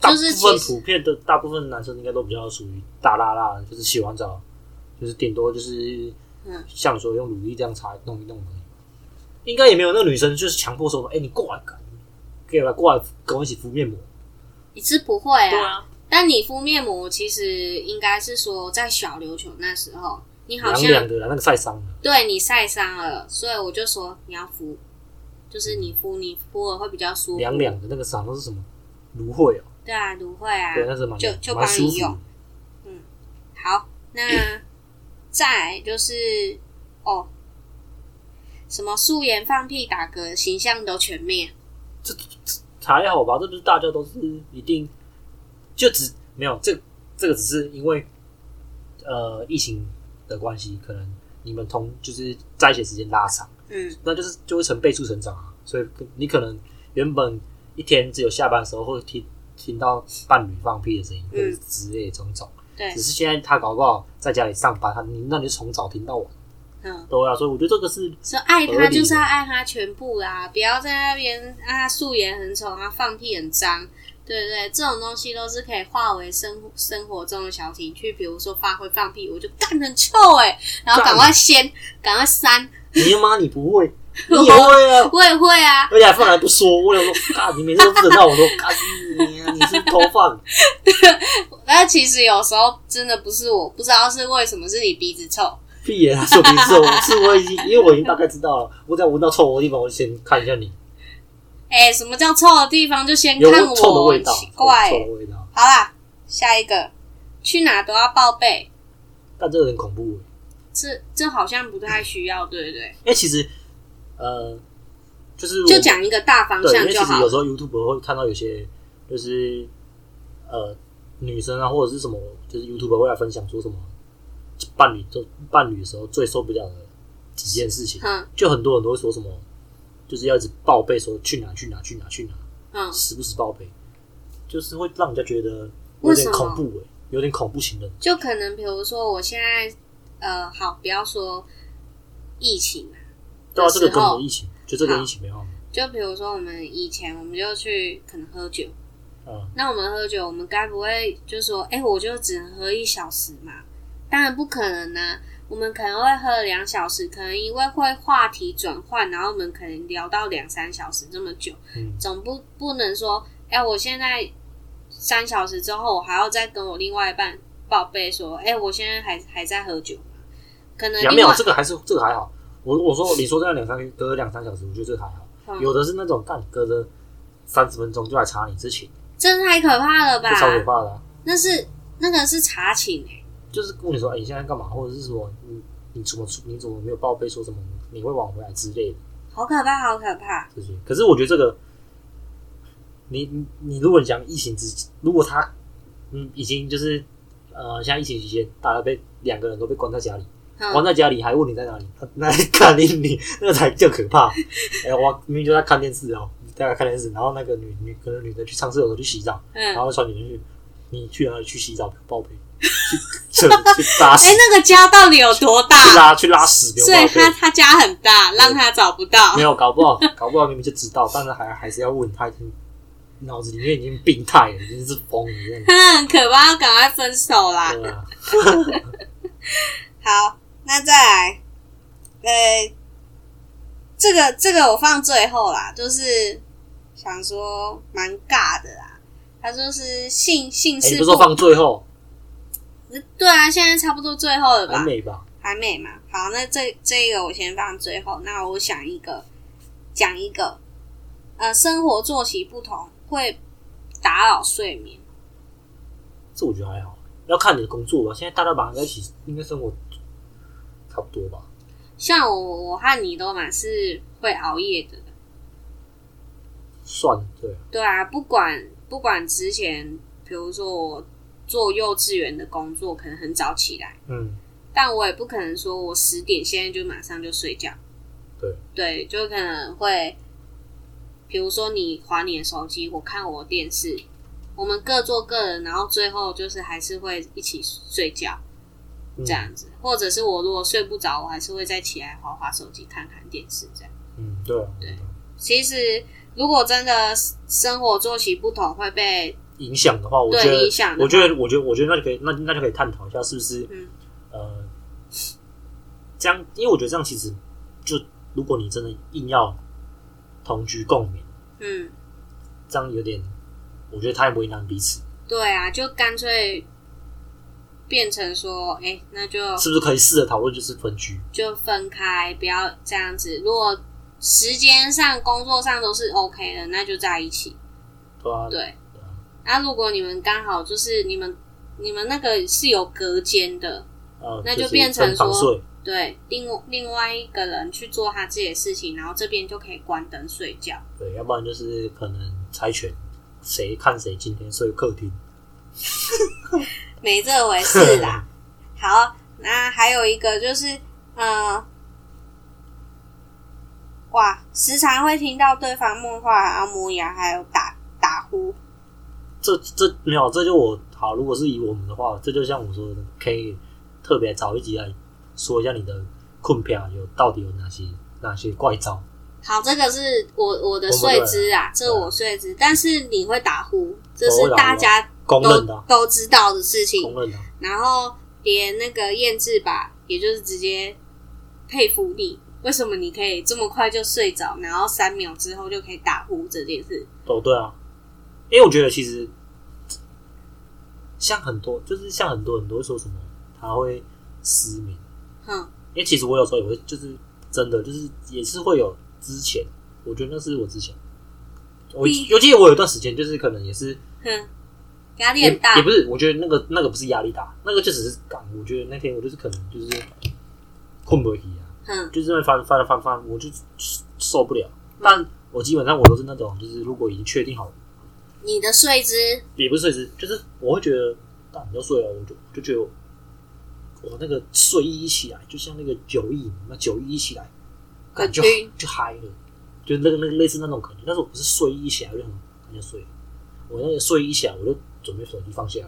Speaker 2: 大
Speaker 1: 就
Speaker 2: 部
Speaker 1: 是
Speaker 2: 分
Speaker 1: 其实
Speaker 2: 普遍的大部分男生应该都比较属于大辣辣的，就是洗完澡，就是顶多就是
Speaker 1: 嗯
Speaker 2: 像你说用乳液这样擦弄一弄而已。应该也没有那个女生就是强迫说，哎、你过来，给我来过来跟我一起敷面膜。
Speaker 1: 你是不会
Speaker 2: 对啊，
Speaker 1: 但你敷面膜，其实应该是说在小琉球那时候，你好
Speaker 2: 凉
Speaker 1: 像
Speaker 2: 凉的啦，那个晒伤了。
Speaker 1: 对你晒伤了，所以我就说你要敷。就是你敷你敷了会比较舒服。
Speaker 2: 凉凉的那个好像是什么芦荟哦，
Speaker 1: 对啊，芦荟啊，
Speaker 2: 对，那是蛮
Speaker 1: 就就
Speaker 2: 蛮
Speaker 1: 帮
Speaker 2: 舒
Speaker 1: 你
Speaker 2: 服
Speaker 1: 用。好， 那再来就是哦，什么素颜放屁、打嗝，形象都全面。
Speaker 2: 还好吧，这不是大家都是一定就只没有这这个只是因为呃疫情的关系，可能你们同就是在一起的时间拉长，
Speaker 1: 嗯
Speaker 2: 那就是就会成倍速成长啊。所以你可能原本一天只有下班的时候会听听到伴侣放屁的声音，或者是之类的种种，
Speaker 1: 对
Speaker 2: 只是现在他搞不好在家里上班，他你那你就从早听到晚
Speaker 1: 嗯，
Speaker 2: 都啊要、所以我觉得这个是
Speaker 1: 说爱
Speaker 2: 合理
Speaker 1: 他
Speaker 2: 的
Speaker 1: 就是要爱他全部啦，不要在那边啊素颜很丑啊，放屁很脏。对不对，这种东西都是可以化为生活生活中的小情趣，比如说发会放屁，我就干很臭哎、然后赶快掀，赶快删，
Speaker 2: 你妈你不 会，你也会啊。
Speaker 1: 我也会啊，
Speaker 2: 而且还放来不说，我想说，嘎，你每次都整到我说，嘎，你你是偷放，
Speaker 1: 但其实有时候真的不是我，不知道是为什么是你鼻子臭，
Speaker 2: 屁眼啊，说鼻子，我是我已经，因为我已经大概知道了，我只要闻到臭的地方，我就先看一下你
Speaker 1: 哎、什么叫臭的地方就先
Speaker 2: 有没
Speaker 1: 哎看
Speaker 2: 有
Speaker 1: 我，
Speaker 2: 臭的味道，
Speaker 1: 很奇怪、
Speaker 2: 有没有臭的味道，
Speaker 1: 好啦，下一个，去哪都要报备，
Speaker 2: 但这个很恐怖。欸
Speaker 1: 这这好像不太需要，对不对？
Speaker 2: 因为其实，呃，就是我
Speaker 1: 就讲一个大方
Speaker 2: 对，因
Speaker 1: 向
Speaker 2: 为
Speaker 1: 就
Speaker 2: 其实
Speaker 1: 好
Speaker 2: 有。时候 YouTube 会看到有些就是呃女生啊，或者是什么，就是 YouTube 会来分享说什么伴侣都伴侣的时候最受不了的几件事情，
Speaker 1: 嗯
Speaker 2: 就很多人都会说什么，就是要一直报备说去哪去哪去哪去哪，
Speaker 1: 嗯，
Speaker 2: 时不时报备，就是会让人家觉得有
Speaker 1: 为
Speaker 2: 点
Speaker 1: 什么
Speaker 2: 恐怖、欸，有点恐怖情人。
Speaker 1: 就可能比如说我现在，呃，好，不要说疫情啊，
Speaker 2: 对啊，
Speaker 1: 有
Speaker 2: 这个
Speaker 1: 时
Speaker 2: 跟我
Speaker 1: 候
Speaker 2: 们疫情，就这个
Speaker 1: 好
Speaker 2: 疫情没办法。
Speaker 1: 就比如说我们以前我们就去可能喝酒，
Speaker 2: 嗯，
Speaker 1: 那我们喝酒，我们该不会就说，哎、我就只能喝一小时嘛？当然不可能啊，我们可能会喝两小时，可能因为会话题转换，然后我们可能聊到两三小时这么久，
Speaker 2: 嗯
Speaker 1: 总不不能说，哎、我现在三小时之后，我还要再跟我另外一半报备说，哎、我现在还还在喝酒嘛可能
Speaker 2: 两
Speaker 1: 另
Speaker 2: 秒
Speaker 1: 外
Speaker 2: 这个还是这个还好。我我说你说这样两三隔两三小时，我觉得这个还好。
Speaker 1: 嗯
Speaker 2: 有的是那种干隔着三十分钟就来查你之前，
Speaker 1: 真的太可怕了吧
Speaker 2: 这？超可怕的啊、
Speaker 1: 那是那个是查寝、欸，
Speaker 2: 就是跟你说，哎、你现在干嘛，或者是说你你怎么出，你怎么没有报备，说什么你会晚回来之类的
Speaker 1: 好可怕，好可怕。
Speaker 2: 这些。可是我觉得这个，你你你如果你讲疫情之，如果他嗯已经就是呃，像疫情期间，大家被两个人都被关在家里，
Speaker 1: 嗯
Speaker 2: 关在家里还问你在哪里， 那那看你你那个才叫 可怕。哎、我明明就在看电视哦，在家看电视，然后那个女女可能女的去上厕所去洗澡，
Speaker 1: 嗯
Speaker 2: 然，后传你去，你去哪里去洗澡？报备，去去去拉
Speaker 1: 哎、
Speaker 2: 屎，
Speaker 1: 那个家到底有多大？
Speaker 2: 去拉去拉屎，不
Speaker 1: 哎所以
Speaker 2: 啊用报
Speaker 1: 他
Speaker 2: 备。
Speaker 1: 他家很大，让他找不 到
Speaker 2: 没。有，搞不好搞不好明明就知道，但是还还是要问他，已经脑子里面已经病态了，已经是疯了 这样子。
Speaker 1: 他很可怕，要赶快分手啦！
Speaker 2: 对啊，
Speaker 1: 好，那再来，呃，这个这个我放最后啦，就是想说蛮尬的啦。他就是性性
Speaker 2: 哎、你
Speaker 1: 事
Speaker 2: 不是说放最后
Speaker 1: 对啊，现在差不多最后了吧？
Speaker 2: 还美吧？
Speaker 1: 还没嘛。好，那这这个我先放最后。那我想一个，讲一个，呃，生活作息不同会打扰睡眠。
Speaker 2: 这我觉得还好，要看你的工作吧。现在大家绑在一起，应该生活差不多吧？
Speaker 1: 像我，我和你都蛮是会熬夜的。
Speaker 2: 算了，对啊，
Speaker 1: 对啊，不管不管之前，比如说我做幼稚园的工作，可能很早起来，
Speaker 2: 嗯，
Speaker 1: 但我也不可能说我十点现在就马上就睡觉。
Speaker 2: 对
Speaker 1: 对，就可能会，比如说你划你的手机，我看我的电视，我们各做各的，然后最后就是还是会一起睡觉
Speaker 2: 嗯
Speaker 1: 这，样子，或者是我如果睡不着，我还是会再起来划划手机，看看电视这样。
Speaker 2: 嗯，对啊，
Speaker 1: 对其实如果真的生活作息不同，会被
Speaker 2: 影响的话，我
Speaker 1: 对
Speaker 2: 觉得
Speaker 1: 影响的，话
Speaker 2: 我觉得，我觉得，我觉得那就可以，那那就可以探讨一下，是不是
Speaker 1: 嗯
Speaker 2: 呃，这样，因为我觉得这样其实就，如果你真的硬要同居共眠，
Speaker 1: 嗯，
Speaker 2: 这样有点，我觉得太为难彼此，
Speaker 1: 对啊，就干脆变成说，哎、那就是
Speaker 2: 不是可以试着讨论就是分居？
Speaker 1: 就分开，不要这样子。如果时间上、工作上都是 OK 的，那就在一起。
Speaker 2: 对啊，
Speaker 1: 对
Speaker 2: 啊，
Speaker 1: 那、如果你们刚好就是你们你们那个是有隔间的，
Speaker 2: 呃，
Speaker 1: 那
Speaker 2: 就
Speaker 1: 就是变成
Speaker 2: 分房
Speaker 1: 说
Speaker 2: 睡，
Speaker 1: 对，另外另外一个人去做他自己的事情，然后这边就可以关灯睡觉。
Speaker 2: 对，要不然就是可能猜拳，谁看谁今天睡客厅。
Speaker 1: 没这回事啦。好，那还有一个就是，呃，哇，时常会听到对方梦话、然后磨牙，还有打打呼。
Speaker 2: 这这没有，这就我好。如果是以我们的话，这就像我说的，可以特别找一集来说一下你的困票有到底有哪些哪些怪招。
Speaker 1: 好，这个是我我的睡姿啊，这我睡姿，但是你会打呼，这
Speaker 2: 我
Speaker 1: 是
Speaker 2: 会打呼啊
Speaker 1: 大家
Speaker 2: 公
Speaker 1: 都
Speaker 2: 认的啊、
Speaker 1: 都知道的事情
Speaker 2: 公。认的啊、
Speaker 1: 然后连那个验字吧，也就是直接佩服你，为什么你可以这么快就睡着，然后三秒之后就可以打呼这件事。
Speaker 2: 哦，对啊，因为我觉得其实像很多，就是像很多人都会说什么他会失眠，
Speaker 1: 哼，
Speaker 2: 因为其实我有时候也会，就是真的，就是也是会有之前，我觉得那是我之前，我
Speaker 1: 你
Speaker 2: 尤其我有一段时间就是可能也是
Speaker 1: 哼，压力
Speaker 2: 也
Speaker 1: 很大
Speaker 2: 也，不是，我觉得那个那个不是压力大，那个就只是感，我觉得那天我就是可能就是困不起啊，
Speaker 1: 哼，
Speaker 2: 就是会翻翻了翻翻，我就受不了。但我基本上我都是那种，就是如果已经确定好
Speaker 1: 你的睡姿，
Speaker 2: 也不是睡姿，就是我会觉得，干你要睡了，我就就觉得我我那个睡意一起来，就像那个酒意，那酒意一起来，感觉
Speaker 1: 很晕
Speaker 2: 就嗨了，就那个那个类似那种感觉。但是我不是睡意一起来，我就很感觉睡了，我那个睡意一起来，我就准备手机放下，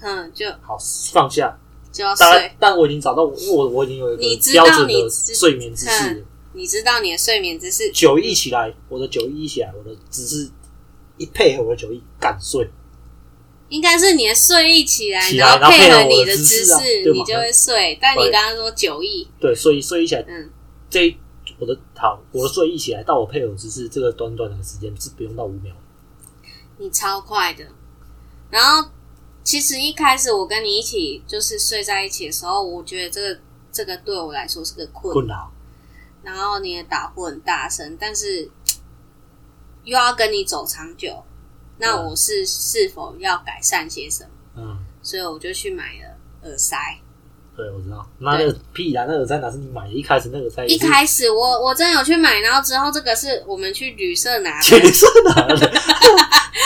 Speaker 1: 哼，嗯就
Speaker 2: 好放下。
Speaker 1: 就要
Speaker 2: 当然
Speaker 1: 睡。，
Speaker 2: 但我已经找到我，因为我我已经有一
Speaker 1: 你
Speaker 2: 个
Speaker 1: 知
Speaker 2: 标
Speaker 1: 道
Speaker 2: 准
Speaker 1: 你
Speaker 2: 的
Speaker 1: 知
Speaker 2: 睡眠姿势了
Speaker 1: 嗯。你知道你的睡眠姿势，
Speaker 2: 酒意一起来，我的酒意一起来，我的只是一配合我的酒意，干睡。
Speaker 1: 应该是你的睡意起来，
Speaker 2: 起来
Speaker 1: 后配
Speaker 2: 然后配合
Speaker 1: 你
Speaker 2: 我的姿
Speaker 1: 姿
Speaker 2: 势啊对吧嗯
Speaker 1: 你就会睡。但你刚刚说酒意，
Speaker 2: 对，所以睡意起来，
Speaker 1: 嗯，
Speaker 2: 这一我的好，我的睡意起来到我配偶只是这个短短的时间是不用到五秒。
Speaker 1: 你超快的。然后，其实一开始我跟你一起就是睡在一起的时候，我觉得这个这个对我来说是个困
Speaker 2: 困扰，
Speaker 1: 然后你也打呼很大声，但是又要跟你走长久，那
Speaker 2: 嗯
Speaker 1: 我是是否要改善些什么？
Speaker 2: 嗯，
Speaker 1: 所以我就去买了耳塞。
Speaker 2: 对，我知道。妈的，屁啦，那耳塞哪是你买的？一开始那个耳塞也
Speaker 1: 一
Speaker 2: 是
Speaker 1: 开始我我真的有去买，然后之后这个是我们去旅社拿的，
Speaker 2: 全是拿的。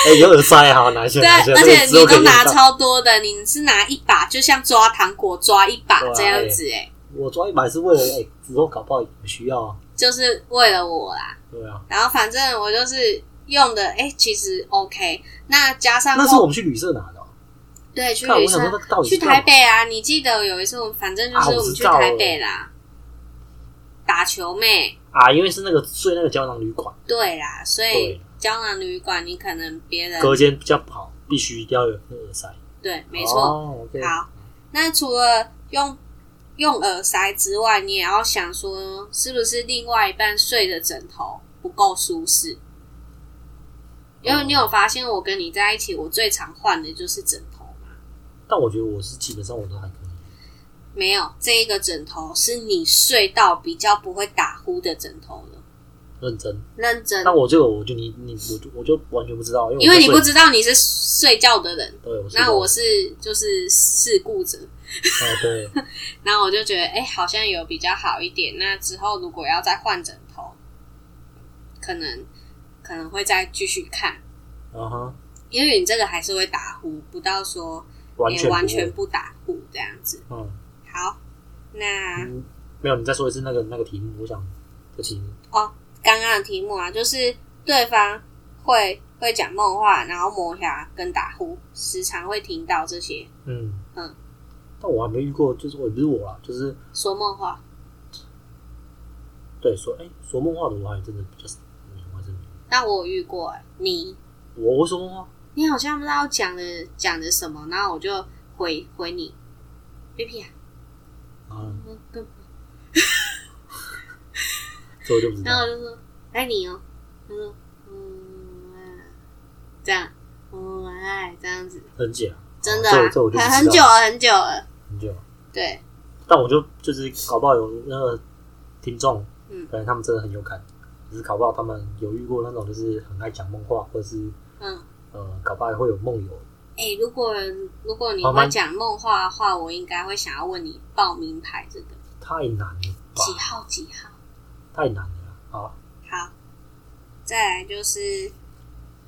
Speaker 2: 哎，有耳塞好，哎拿下
Speaker 1: 对
Speaker 2: 拿下。，
Speaker 1: 而且
Speaker 2: 这个之后
Speaker 1: 你
Speaker 2: 可
Speaker 1: 都
Speaker 2: 以用
Speaker 1: 拿
Speaker 2: 到。
Speaker 1: 超多的，你是拿一把，就像抓糖果抓一把
Speaker 2: 对啊
Speaker 1: 这样子、哎、
Speaker 2: 我抓一百是为了哎，之后搞不好有需要啊。
Speaker 1: 就是为了我啦。
Speaker 2: 对啊，
Speaker 1: 然后反正我就是用的，哎、其实 OK。那加上
Speaker 2: 那是我们去旅社拿的哦。
Speaker 1: 对去
Speaker 2: 看，我
Speaker 1: 旅
Speaker 2: 想
Speaker 1: 社
Speaker 2: 说，那到底
Speaker 1: 去
Speaker 2: 是干嘛
Speaker 1: 台北啊！你记得有一次，我们反正就
Speaker 2: 啊
Speaker 1: 是
Speaker 2: 我
Speaker 1: 我们去
Speaker 2: 知道了
Speaker 1: 台北啦，打球妹。
Speaker 2: 啊，因为是那个睡那个胶囊旅馆，
Speaker 1: 对啦，所以
Speaker 2: 对
Speaker 1: 胶囊旅馆你可能别人
Speaker 2: 隔间比较不好，必须要有那个耳塞。
Speaker 1: 对，没错。
Speaker 2: 哦，OK，
Speaker 1: 好，那除了用用耳塞之外，你也要想说，是不是另外一半睡的枕头不够舒适？因
Speaker 2: 哦
Speaker 1: 为你有发现，我跟你在一起，我最常换的就是枕头嘛。
Speaker 2: 但我觉得我是基本上我都还可以。
Speaker 1: 没有，这一个枕头是你睡到比较不会打呼的枕头了。
Speaker 2: 认真，
Speaker 1: 认真，
Speaker 2: 但我这个我就你你我就我就完全不知道，因为
Speaker 1: 因为你不
Speaker 2: 道，
Speaker 1: 知道你是睡觉的人，
Speaker 2: 对，我
Speaker 1: 那我
Speaker 2: 是
Speaker 1: 是就是事故者，
Speaker 2: 哦对，
Speaker 1: 然后我就觉得，哎、好像有比较好一点。那之后如果要再换枕头，可能可能会再继续看，
Speaker 2: 啊哈，
Speaker 1: 因为你这个还是会打呼，不到说
Speaker 2: 完
Speaker 1: 诶
Speaker 2: 全不
Speaker 1: 完全
Speaker 2: 会
Speaker 1: 不打呼这样子。
Speaker 2: 嗯
Speaker 1: 好，那
Speaker 2: 嗯，没有，你再说一次那个那个题目，我想的题目，
Speaker 1: 哦刚刚的题目啊，就是对方会会讲梦话，然后磨牙跟打呼，时常会听到这些
Speaker 2: 嗯
Speaker 1: 嗯，
Speaker 2: 但我还没遇过，就是我也不是我啦，就是
Speaker 1: 说梦话。
Speaker 2: 对说哎说梦话的我还真的比较少，没有，我还真没有
Speaker 1: 但我有遇过、诶你
Speaker 2: 我会说梦话，
Speaker 1: 你好像不知道讲的讲的什么，然后我就回回你，baby 啊，
Speaker 2: 啊，
Speaker 1: 嗯跟
Speaker 2: 这我就不知
Speaker 1: 然后
Speaker 2: 道
Speaker 1: 我，就说爱你哦，他说嗯啊，这样，嗯爱这样子，
Speaker 2: 很假，
Speaker 1: 真的、
Speaker 2: 这
Speaker 1: 啊
Speaker 2: 哦我这我就，不知
Speaker 1: 很
Speaker 2: 道
Speaker 1: 很久了，很久了，
Speaker 2: 很久。
Speaker 1: 对，
Speaker 2: 但我就就是搞不好有那个听众，
Speaker 1: 嗯
Speaker 2: 可能他们真的很有感，只是搞不好他们有遇过那种就是很爱讲梦话，或者是
Speaker 1: 嗯，
Speaker 2: 呃，搞不好会有梦游。
Speaker 1: 哎、如果如果你
Speaker 2: 好吗
Speaker 1: 会讲梦话的话，我应该会想要问你报名牌这个
Speaker 2: 太难了
Speaker 1: 几
Speaker 2: 吧？
Speaker 1: 号几号。
Speaker 2: 太难了啦。啊好，
Speaker 1: 好，再来就是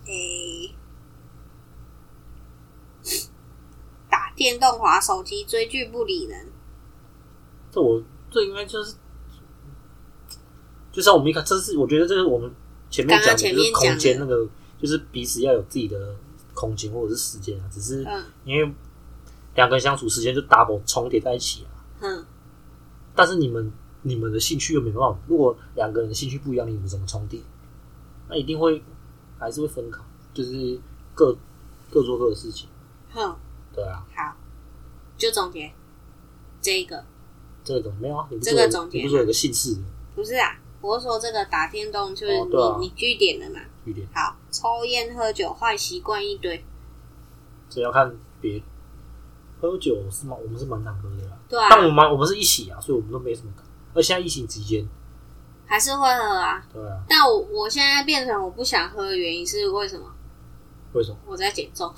Speaker 1: 诶、打电动、滑手机、追剧不理人。
Speaker 2: 这我这应该就是，就像我们一开，这是我觉得这是我们前面
Speaker 1: 刚刚
Speaker 2: 讲的，
Speaker 1: 前
Speaker 2: 就
Speaker 1: 面
Speaker 2: 是空间那
Speaker 1: 讲
Speaker 2: 个，就是彼此要有自己的空间或者是时间啊。只是
Speaker 1: 嗯
Speaker 2: 因为两个人相处时间就 double 重叠在一起啊，
Speaker 1: 哼，
Speaker 2: 但是你们你们的兴趣又没办法，如果两个人的兴趣不一样，你们怎么重叠？那一定会还是会分开，就是各各做各的事情，
Speaker 1: 哼，
Speaker 2: 对啊。
Speaker 1: 好，就总结这一个
Speaker 2: 这个怎么没有啊？你不是
Speaker 1: 这个
Speaker 2: 有
Speaker 1: 总结
Speaker 2: 你不是有个姓氏的
Speaker 1: 不是啊，我是说这个打电动就是你、
Speaker 2: 哦对啊
Speaker 1: 你据点了嘛。
Speaker 2: 据点？
Speaker 1: 好，抽烟喝酒坏习惯一堆，
Speaker 2: 这要看别喝酒是吗？我们是蛮常喝的啦，
Speaker 1: 对
Speaker 2: 但我
Speaker 1: 啊，
Speaker 2: 们蛮我们是一起啊，所以我们都没什么感。而现在疫情期间，
Speaker 1: 还是会喝啊。
Speaker 2: 对啊，
Speaker 1: 但我我现在变成我不想喝的原因是为什么？
Speaker 2: 为什么？
Speaker 1: 我在减重。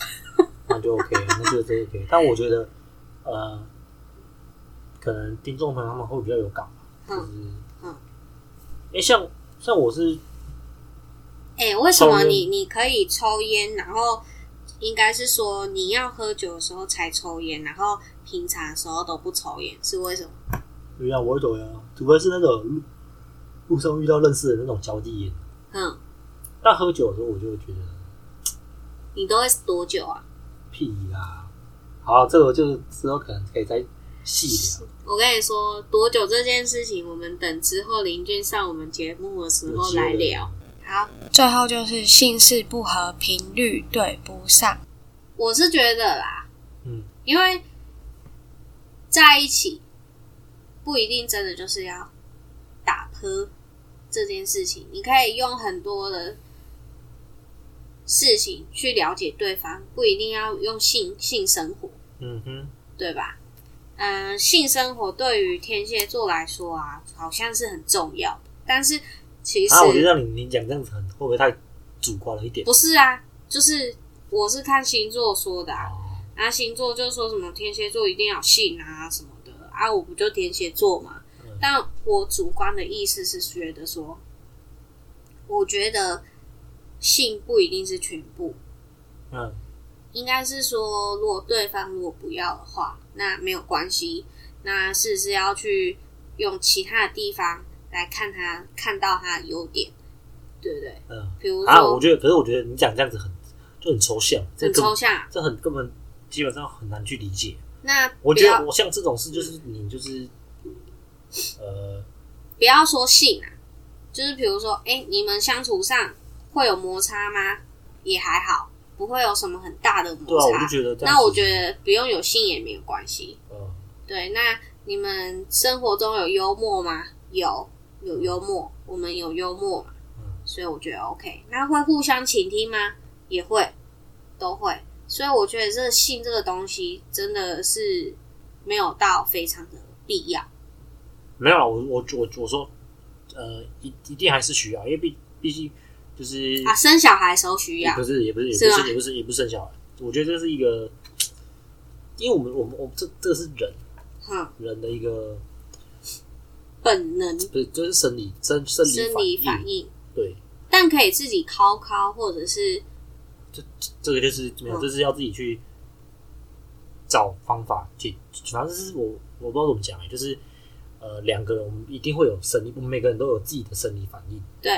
Speaker 2: 那就 OK，那就真 OK。但我觉得，呃，可能听众朋友他们会比较有感吧，就是
Speaker 1: 嗯，，嗯，
Speaker 2: 哎、像像我是
Speaker 1: 哎、为什么
Speaker 2: 抽烟
Speaker 1: 你你可以抽烟，然后应该是说你要喝酒的时候才抽烟，然后平常的时候都不抽烟，是为什么？
Speaker 2: 不一样，我会抖呀，除非是那种路路上遇到认识的那种交际烟。
Speaker 1: 嗯，
Speaker 2: 但喝酒的时候，我就会觉得
Speaker 1: 你都会多久啊？
Speaker 2: 屁啦。好，这个就是之后可能可以再细聊。
Speaker 1: 我跟你说，多久这件事情，我们等之后林俊上我们节目的时候来聊。好，
Speaker 3: 最后就是姓氏不合，频率对不上。
Speaker 1: 我是觉得啦，
Speaker 2: 嗯，
Speaker 1: 因为在一起不一定真的就是要打泼这件事情，你可以用很多的事情去了解对方，不一定要用性性生活，
Speaker 2: 嗯哼，
Speaker 1: 对吧？嗯，性生活对于天蝎座来说啊，好像是很重要的，但是其实、
Speaker 2: 啊，我觉得你你讲这样子很会不会太主观了一点？
Speaker 1: 不是啊，就是我是看星座说的啊，
Speaker 2: 哦，
Speaker 1: 然后星座就说什么天蝎座一定要有信啊什么的啊，我不就天蝎座嘛
Speaker 2: 嗯？
Speaker 1: 但我主观的意思是觉得说，我觉得性不一定是全部，
Speaker 2: 嗯，
Speaker 1: 应该是说，如果对方如果不要的话，那没有关系，那是不是要去用其他的地方来看他看到他的优点，对不对？
Speaker 2: 嗯，
Speaker 1: 比如说，
Speaker 2: 啊，我觉得，可是我觉得你讲这样子很就很抽象，这
Speaker 1: 很
Speaker 2: 根本
Speaker 1: 抽象啊，
Speaker 2: 这很根本基本上很难去理解。
Speaker 1: 那不
Speaker 2: 我觉
Speaker 1: 要
Speaker 2: 得我像这种事，就是你就是呃，
Speaker 1: 不要说性啊，就是比如说，哎、你们相处上会有摩擦吗？也还好，不会有什么很大的
Speaker 2: 对
Speaker 1: 摩
Speaker 2: 啊，
Speaker 1: 擦。
Speaker 2: 我就觉得这样
Speaker 1: 那
Speaker 2: 子
Speaker 1: 我觉，得不用有性也没有关系。
Speaker 2: 呃，
Speaker 1: 对，那你们生活中有幽默吗？有，有幽默，我们有幽默嘛，
Speaker 2: 嗯
Speaker 1: 所以我觉得 OK。那会互相倾听吗？也会，都会。所以我觉得这个性这个东西真的是没有到非常的必要。
Speaker 2: 没有啦，我我我我说呃，一一定还是需要，因为毕毕竟就是
Speaker 1: 啊，生小孩的时候需
Speaker 2: 也
Speaker 1: 要
Speaker 2: 不，是，也不是，也不
Speaker 1: 是吗
Speaker 2: 是，也不是，也不是生小孩。我觉得这是一个，因为我们，我们，我们这这是人
Speaker 1: 哼、
Speaker 2: 人的一个，
Speaker 1: 本能
Speaker 2: 不是，这是生理生生理
Speaker 1: 生理反
Speaker 2: 应。
Speaker 1: 应，
Speaker 2: 对，
Speaker 1: 但可以自己敲敲，或者是
Speaker 2: 这这这个就是没有，
Speaker 1: 嗯
Speaker 2: 这是要自己去找方法去。反正是我我不知道怎么讲欸，就是呃，两个人我们一定会有生理，我们每个人都有自己的生理反应。
Speaker 1: 对，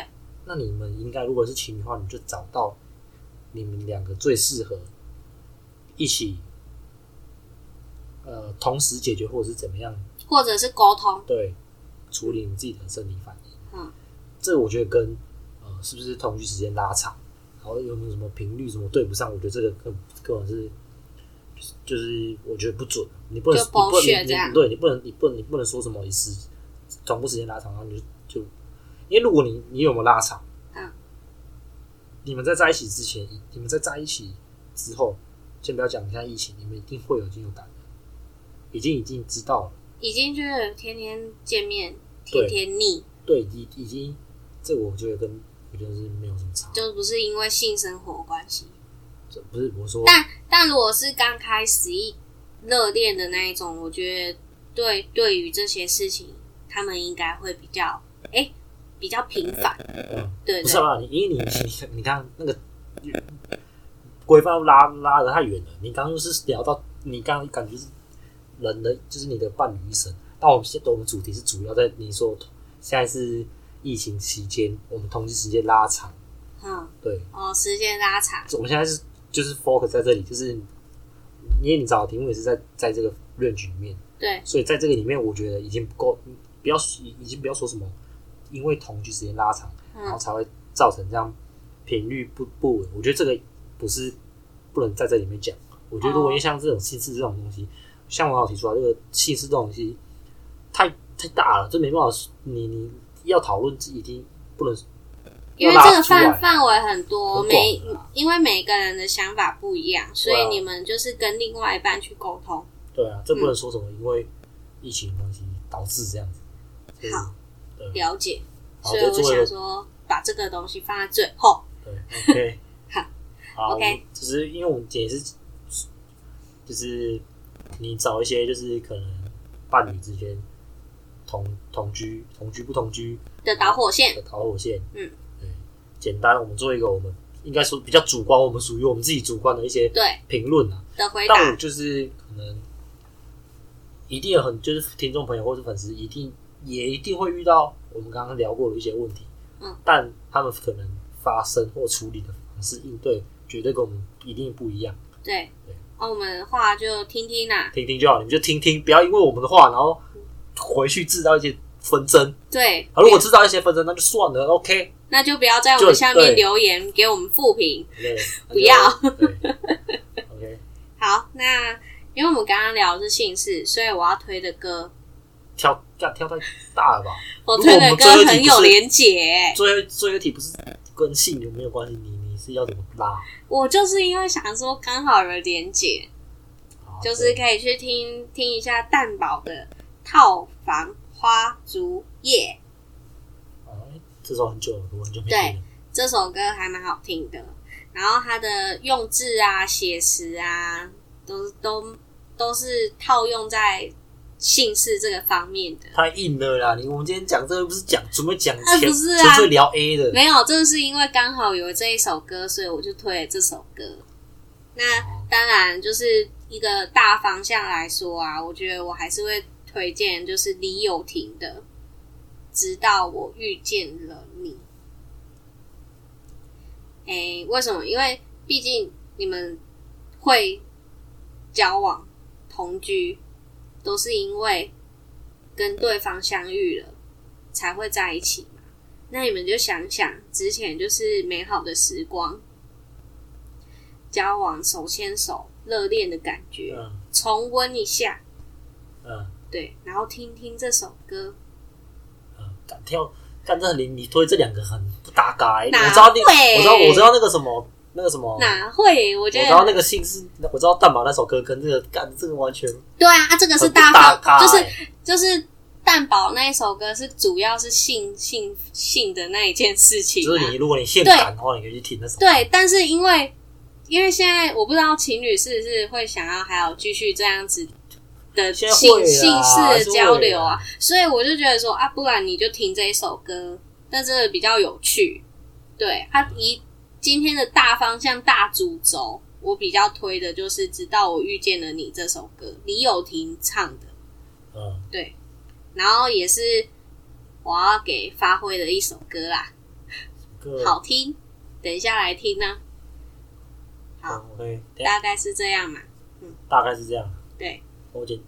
Speaker 2: 那你们应该如果是情侣的话，你就找到你们两个最适合一起呃同时解决，或者是怎么样
Speaker 1: 或者是沟通，
Speaker 2: 对处理你们自己的生理反应。
Speaker 1: 嗯，
Speaker 2: 这我觉得跟呃是不是同居时间拉长，然后有没有什么频率什么对不上，我觉得这个根根本是。就是就是我觉得不准，你不
Speaker 1: 就
Speaker 2: 能你不能
Speaker 1: bullshit
Speaker 2: 你
Speaker 1: 这样
Speaker 2: 你对你不能你不能你不能说什么一时同步时间拉长，然后你就就，因为如果你你有没有拉长，
Speaker 1: 嗯，
Speaker 2: 你们在在一起之前，你们在在一起之后，先不要讲现在疫情，你们一定会有已经有感染，已经已经知道了，
Speaker 1: 已经就是天天见面，天天腻，
Speaker 2: 对，已已经这我觉得跟我觉得是没有什么差，
Speaker 1: 就不是因为性生活关系。
Speaker 2: 这不是我说，
Speaker 1: 但但如果是刚开始一热恋的那一种，我觉得对对于这些事情，他们应该会比较哎、比较频繁，
Speaker 2: 嗯，
Speaker 1: 对
Speaker 2: 不
Speaker 1: 对
Speaker 2: 是吧？你因为你你你看那个规范拉拉的太远了，你刚刚就是聊到你刚刚感觉是人的，就是你的伴侣一生。那我们现在我们主题是主要在你说现在是疫情期间，我们同时时间拉长，
Speaker 1: 嗯，
Speaker 2: 对，
Speaker 1: 哦，时间拉长，
Speaker 2: 我们现在是就是 focus 在这里，就是因为你找的题目也是在在这个 range 里面，
Speaker 1: 对，
Speaker 2: 所以在这个里面，我觉得已经不够，不要已已经不要说什么，因为同居时间拉长，然
Speaker 1: 嗯，
Speaker 2: 后才会造成这样频率不不稳。我觉得这个不是不能在这里面讲。我觉得如果
Speaker 1: 哦
Speaker 2: 像这种性事这种东西，像网友提出哎来这个性事这种东西，太太大了，这没办法。你你要讨论，这已经不能
Speaker 1: 因为
Speaker 2: 要拉
Speaker 1: 这个
Speaker 2: 出来
Speaker 1: 范范围很多，
Speaker 2: 很广
Speaker 1: 每
Speaker 2: 啊
Speaker 1: 因为每个人的想法不一样，所
Speaker 2: 对
Speaker 1: 以
Speaker 2: 啊
Speaker 1: 你们就是跟另外一半去沟通。
Speaker 2: 对啊，这不能说什么因为疫情的关系导致这样子。就是
Speaker 1: 好，
Speaker 2: 对，
Speaker 1: 了解，
Speaker 2: 好
Speaker 1: 所以我
Speaker 2: 再做一个
Speaker 1: 想说把这个东西放在最后。
Speaker 2: 对，OK，
Speaker 1: 好 OK
Speaker 2: 好我们就是因为我们也是，就是你找一些就是可能伴侣之间同同居、同居不同居
Speaker 1: 的导火线，
Speaker 2: 的导火线，
Speaker 1: 嗯，
Speaker 2: 对，简单，我们做一个我们应该说比较主观，我们属于我们自己主观的一些
Speaker 1: 对
Speaker 2: 评论啊，
Speaker 1: 的回
Speaker 2: 但我
Speaker 1: 答，
Speaker 2: 就是可能一定有很就是听众朋友或者粉丝一定也一定会遇到我们刚刚聊过的一些问题，
Speaker 1: 嗯，
Speaker 2: 但他们可能发生或处理的方式应对绝对跟我们一定不一样，
Speaker 1: 对
Speaker 2: 对。
Speaker 1: 那我们的话就听听啦、
Speaker 2: 听听就好，你们就听听，不要因为我们的话然后回去制造一些纷争，
Speaker 1: 对，
Speaker 2: 啊，如果制造一些纷争那就算了，OK，
Speaker 1: 那就不要在我们
Speaker 2: 就
Speaker 1: 下面
Speaker 2: 对
Speaker 1: 留言给我们复评。
Speaker 2: 对，
Speaker 1: 不要
Speaker 2: 那就，对，OK，
Speaker 1: 好，那因为我们刚刚聊的是姓氏，所以我要推的歌，
Speaker 2: 挑干挑太大了吧？
Speaker 1: 我
Speaker 2: 如果
Speaker 1: 推
Speaker 2: 我
Speaker 1: 的
Speaker 2: 们
Speaker 1: 歌
Speaker 2: 这一集
Speaker 1: 很
Speaker 2: 不
Speaker 1: 有
Speaker 2: 是
Speaker 1: 连结。欸
Speaker 2: 最后最后一题不是跟性有没有关系？你你是要怎么拉？
Speaker 1: 我就是因为想说刚好有连结，
Speaker 2: 好
Speaker 1: 就是可以去听听一下蛋宝的《套房花烛夜
Speaker 2: 哦，这首很久了，我很久没
Speaker 1: 对
Speaker 2: 听了。》
Speaker 1: 这首歌还蛮好听的，然后它的用字啊、写实啊，都都都是套用在姓氏这个方面的。
Speaker 2: 太硬了啦！你我们今天讲这个不是讲准备讲
Speaker 1: 啊
Speaker 2: 前，
Speaker 1: 不是啊
Speaker 2: 纯粹聊 A 的。
Speaker 1: 没有，正是因为刚好有这一首歌，所以我就推了这首歌。那当然，就是一个大方向来说啊，我觉得我还是会推荐就是李友廷的《直到我遇见了你》。哎，为什么？因为毕竟你们会交往、同居，都是因为跟对方相遇了才会在一起。那你们就想想之前就是美好的时光，交往手牵手热恋的感觉，
Speaker 2: 嗯
Speaker 1: 重温一下，
Speaker 2: 嗯
Speaker 1: 对，然后听听这首歌，
Speaker 2: 嗯，敢跳干这你你推这两个很不搭嘎欸。
Speaker 1: 哪
Speaker 2: 我知道你，
Speaker 1: 会
Speaker 2: 我知道我知道那个什么那个什么，
Speaker 1: 哪会？我
Speaker 2: 哦我
Speaker 1: 觉
Speaker 2: 知道那
Speaker 1: 得
Speaker 2: 个姓是，我知道蛋宝那首歌跟这个干这个完全
Speaker 1: 对啊，啊这个是
Speaker 2: 很不搭
Speaker 1: 方，
Speaker 2: 嘎欸，
Speaker 1: 就是就是蛋堡那一首歌是主要是性性性的那一件事情、啊，
Speaker 2: 就是你如果你现感的话，你可以去听那首。
Speaker 1: 对，，但是因为因为现在我不知道情侣是不是会想要还有继续这样子的
Speaker 2: 现
Speaker 1: 性
Speaker 2: 在会
Speaker 1: 性
Speaker 2: 啦
Speaker 1: 事
Speaker 2: 还
Speaker 1: 的
Speaker 2: 是会
Speaker 1: 交流啊
Speaker 2: 啦，
Speaker 1: 所以我就觉得说啊，不然你就听这一首歌，那真的比较有趣。对，啊，以今天的大方向大主轴，我比较推的就是《直到我遇见了你》这首歌，李友廷唱的，
Speaker 2: 嗯，
Speaker 1: 对，然后也是我要给发挥的一首歌啦。
Speaker 2: 各
Speaker 1: 好听，等一下来听呢、好，
Speaker 2: ，OK，等一下
Speaker 1: 大概是这样嘛。
Speaker 2: 大概是这样。
Speaker 1: 对，
Speaker 2: 我嗯觉得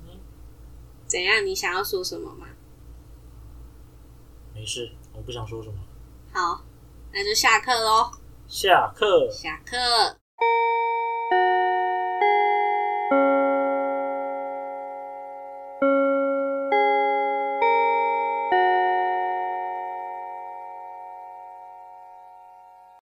Speaker 1: 怎样？你想要说什么吗？
Speaker 2: 没事，我不想说什么。
Speaker 1: 好，那就下课喽，
Speaker 2: 下课。
Speaker 1: 下课。